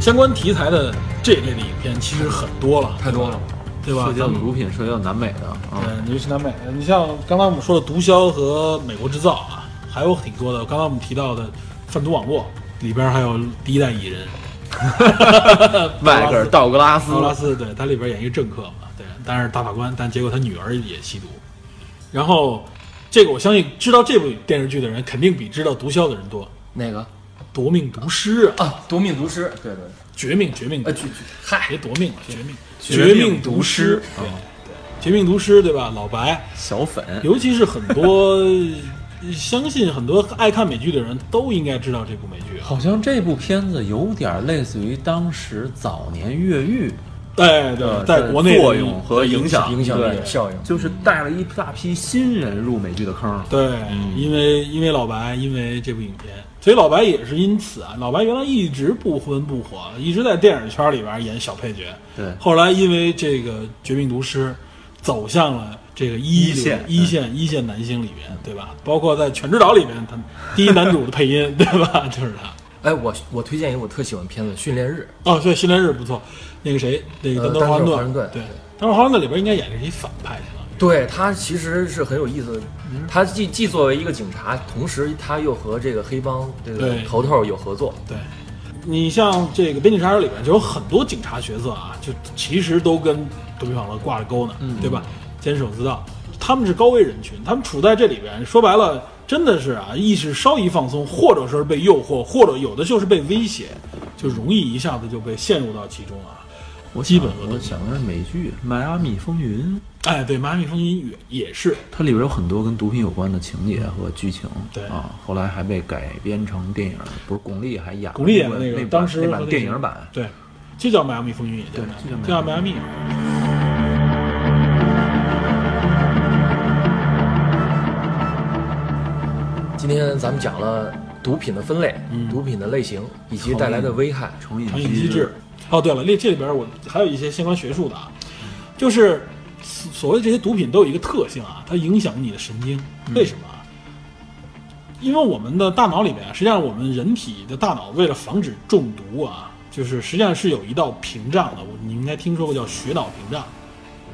相关题材的这一类的影片其实很多了，
太多了，
对吧？
涉及
咱
到
们
毒品，涉及到南美的啊，
嗯，尤其南美，你像刚才我们说的毒枭和美国制造啊，还有挺多的。刚才我们提到的贩毒网络里边还有第一代蚁 人，
迈克尔·道格拉斯
劳拉斯，对，他里边演一个政客嘛，对，但是大法官，但结果他女儿也吸毒。然后，这个我相信知道这部电视剧的人肯定比知道毒枭的人多，
那个
夺命毒师啊，
啊，夺命毒师，对对，
绝命绝命，
呃，去去，嗨，
别夺命了，绝命
绝
命
命
毒
毒
师
师，
对对，绝命毒师，对吧？老白，
小粉，
尤其是很多，相信很多爱看美剧的人都应该知道这部美剧啊。
好像这部片子有点类似于当时早年越狱
哎对对，在国内
作用和影响
影响力
对
啊效应
就是带了一大批新人入美剧的坑。
对，因为因为老白，因为这部影片，所以老白也是因此啊。老白原来一直不温不火，一直在电影圈里边演小配角。
对
后来因为这个《绝命毒师》，走向了这个一
一
流
线
一线一线男星里边，对吧？包括在《全职岛》里边，他第一男主的配音，对吧？就是他。
哎，我我推荐一个我特喜欢的片子《训练日
哦，对，《新连日》不错，那个谁，那个
呃
丹泽华
丹泽华
顿，
盛顿
对
对，
丹泽华盛顿里边应该演的是一反派，相当于》，
对他其实是很有意思的，
嗯
他既既作为一个警察，同时他又和这个黑帮这个
对
头头有合作，
对。你像这个《边境杀手》里边就有很多警察角色啊，就其实都跟毒品网络挂着钩呢，
嗯
对吧？监守自盗，他们是高危人群，他们处在这里边，说白了，真的是啊，意识稍一放松，或者说是被诱惑，或者有的就是被威胁，就容易一下子就被陷入到其中啊。
我
基本
我想的是美剧《迈阿密风云》，
哎，对，《妈咪风音也也是，
它里边有很多跟毒品有关的情节和剧情。
对
啊，后来还被改编成电影，不是巩俐还演了
巩俐演的
那
那
个
个，
版
当时
那
和
版
那
电
谁
影版。
对，就叫《迈阿密风云》，也
对
就
就
叫
叫
迈
迈
阿
阿
密。
今天咱们讲了毒品的分类、
嗯
毒品的类型以及带来的危害。
成瘾
成瘾嗯机制。哦，对了，这这里边我还有一些相关学术的啊，就是嗯所所谓这些毒品都有一个特性啊，它影响你的神经。为什么啊？因为我们的大脑里面啊，实际上我们人体的大脑为了防止中毒啊，就是实际上是有一道屏障的，我你应该听说过叫血脑屏障。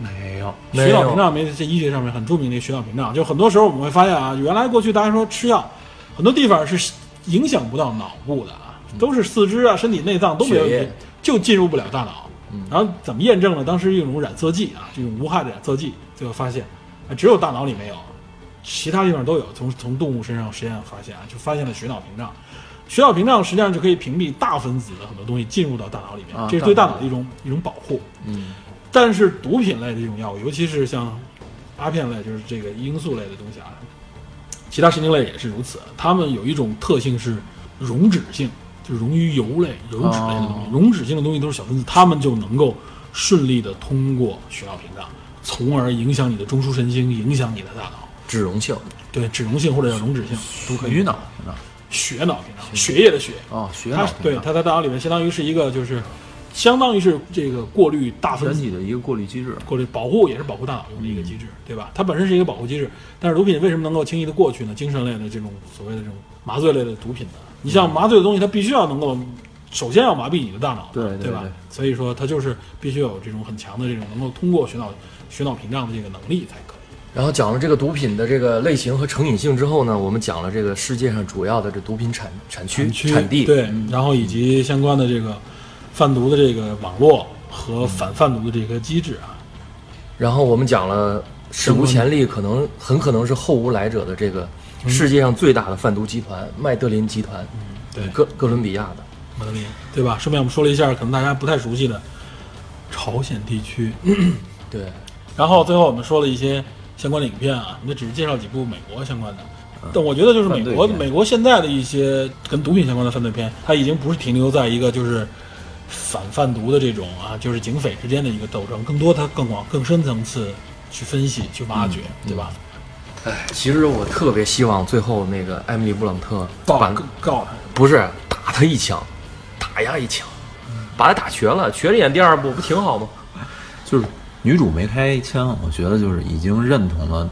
没有，
血脑屏障没这医学上面很著名的一个血脑屏障，就很多时候我们会发现啊，原来过去大家说吃药，很多地方是影响不到脑部的啊，都是四肢啊、身体内脏都没有问
血
题
液，嗯
就进入不了大脑。然后怎么验证呢？当时用一种染色剂啊，这种无害的染色剂，最后发现啊，只有大脑里没有，其他地方都有。从从动物身上实验发现啊，就发现了血脑屏障。血脑屏障实际上就可以屏蔽大分子的很多东西进入到大脑里面，
啊
这是对大
大脑
脑的一种一种保护。
嗯，
但是毒品类的这种药物，尤其是像阿片类，就是这个罂粟类的东西啊，其他神经类也是如此。它们有一种特性是溶脂性，就溶于油类、油脂类的东西。溶脂性的东西都是小分子，它们就能够顺利的通过血脑屏障，从而影响你的中枢神经，影响你的大脑。
脂溶性，
对脂溶性或者叫溶脂性都可以。
鱼脑屏障
血脑屏障，血液的血，
哦，血脑
它
屏障
对它在大脑里面相当于是一个就是，相当于是这个过滤大分
人
子
体的嗯一个过滤机制。
过滤保护也是保护大脑用的一个机制，对吧？它本身是一个保护机制，但是毒品为什么能够轻易的过去呢？精神类的这种所谓的这种麻醉类的毒品呢？你像
嗯
麻醉的东西，它必须要能够首先要麻痹你的大脑嘛，
对对
吧
对？
所以说它就是必须有这种很强的这种能够通过血脑血脑屏障的这个能力才可以。
然后讲了这个毒品的这个类型和成瘾性之后呢，我们讲了这个世界上主要的这毒品产产区、产地。，
对，然后以及相关的这个贩毒的这个网络
嗯
和反贩毒的这个机制啊，
然后我们讲了史无前例，可能很可能是后无来者的这个世界上最大的贩毒集团——麦德林集团，
对
哥哥伦比亚的。
马德林，对吧？顺便我们说了一下可能大家不太熟悉的朝鲜地区，
嗯
对，
然后最后我们说了一些相关的影片啊，那只是介绍几部美国相关的。但我觉得就是美国
嗯犯罪片
美国现在的一些跟毒品相关的犯罪片，它已经不是停留在一个就是反贩毒的这种啊，就是警匪之间的一个斗争，更多它更广更深层次去分析去挖掘，
嗯
对吧？
哎，其实我特别希望最后那个艾米丽·布朗特
告
把
告他，
不是打他一枪，打压一枪，把他打瘸了，瘸着演第二部不挺好吗？
就是女主没开枪，我觉得就是已经认同了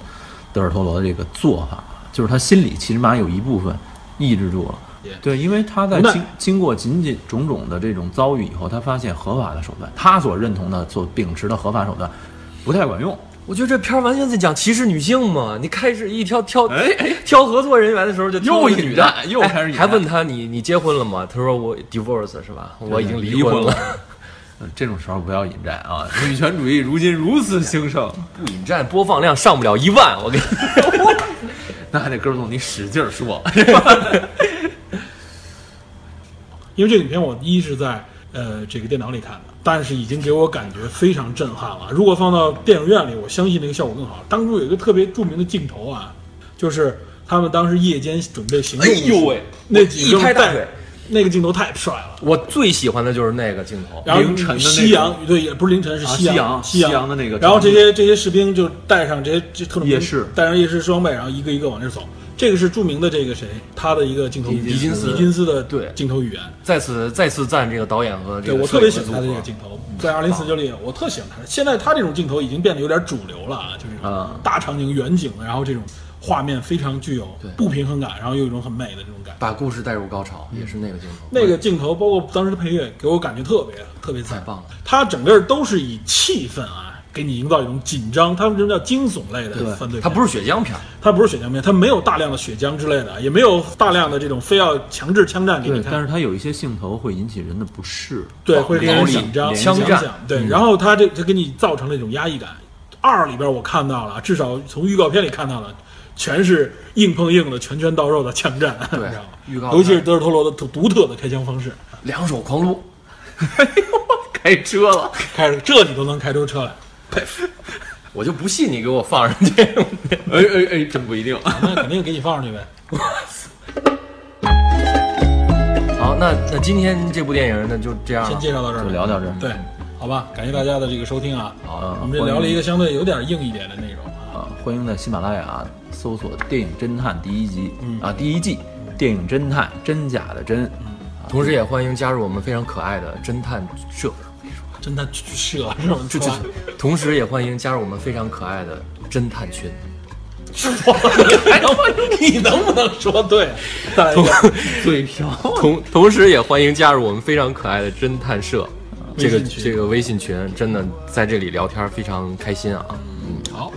德尔托罗的这个做法，就是他心里起码有一部分抑制住了
Yeah。
对，因为他在
无奈
经经过仅仅种种的这种遭遇以后，他发现合法的手段，他所认同的、所秉持的合法手段，不太管用。
我觉得这片儿完全在讲歧视女性嘛。你开始一挑挑
哎哎
挑合作人员的时候就挑
又
一个
一个
女
女
的
的，又开始
哎
演
还问他你你结婚了吗？他说我 divorce 是吧？我已经离
离婚
了。
呃这种时候不要引战啊！ 女权主义如今如此兴盛，
不引战 播放量上不了一万，我跟你。
那还得哥儿总你使劲儿说。
因为这个影片我一是在呃这个电脑里看的，但是已经给我感觉非常震撼了。如果放到电影院里，我相信那个效果更好。当中有一个特别著名的镜头啊，就是他们当时夜间准备行动，
哎呦喂
那几个
一拍大
带
腿，
那个镜头太帅了。
我最喜欢的就是那个镜头，
然后
凌晨的那种
夕阳，对，也不是凌晨，是
啊
阳，
夕
夕
阳夕阳的那个
然后这些这些士兵就带上这些这特种兵
夜视
带上夜视装备，然后一个一个往那儿走。这个是著名的这个谁，他的一个镜头语言，
狄金斯
狄金斯的
对
镜头语言。
再次再次赞这个导演和这
对
个
我
摄
特别
影的
喜欢他的
组
这
合啊
个镜头，在二零四九里我特喜欢他。现在他这种镜头已经变得有点主流了啊，就是这种
啊
大场景、远景的，然后这种画面非常具有
对
不平衡感，然后又有一种很美的这种感觉。
把故事带入高潮，也是那个镜头。
那个镜头包括当时的配乐，给我感觉特别特别
太
赞。
棒了，
它整个都是以气氛啊，给你营造一种紧张。他们这种叫惊悚类的犯罪片，
它不是血浆片儿，
它不是血浆片，它没有大量的血浆之类的，也没有大量的这种非要强制枪战给你
对，
看。
但是它有一些镜头会引起人的不适。
对，会
联
让人
想
紧张、
联
想
想
想对，然后他这他给你造成了一种压抑感。二里边我看到了，至少从预告片里看到了，全是硬碰硬的、拳拳到肉的枪战，你知道吗？
预告片
尤其是德尔托罗的独独特的开枪方式，
两手狂撸，
开车了，
开着这你都能开出车来，
我就不信你给我放 上去。
哎哎哎，真不一定。
那肯定给你放上去呗。
好，那那今天这部电影呢就这样
先
了。
介绍到这儿吧，
就聊到这儿
对，好吧，感谢大家的这个收听啊。
好
我们这聊了一个相对有点硬一点的内容啊。
啊，欢迎在喜马拉雅搜索《电影侦探》第一集、啊，第一季《电影侦探》真假的真，
同时也欢迎加入我们非常可爱的侦探社，
侦探去射这种
就
出
就
来
同时也欢迎加入我们非常可爱的侦探群。吃饱了，你还能你能不能说对？
再来一个嘴瓢。
哦
同同时也欢迎加入我们非常可爱的侦探社，这个
嗯微信群
这个微信群，真的在这里聊天非常开心啊！
好，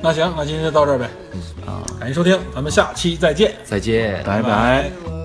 那行，那今天就到这儿呗。啊，感谢收听，咱们下期再见，
再见。
嗯拜拜。
Bye.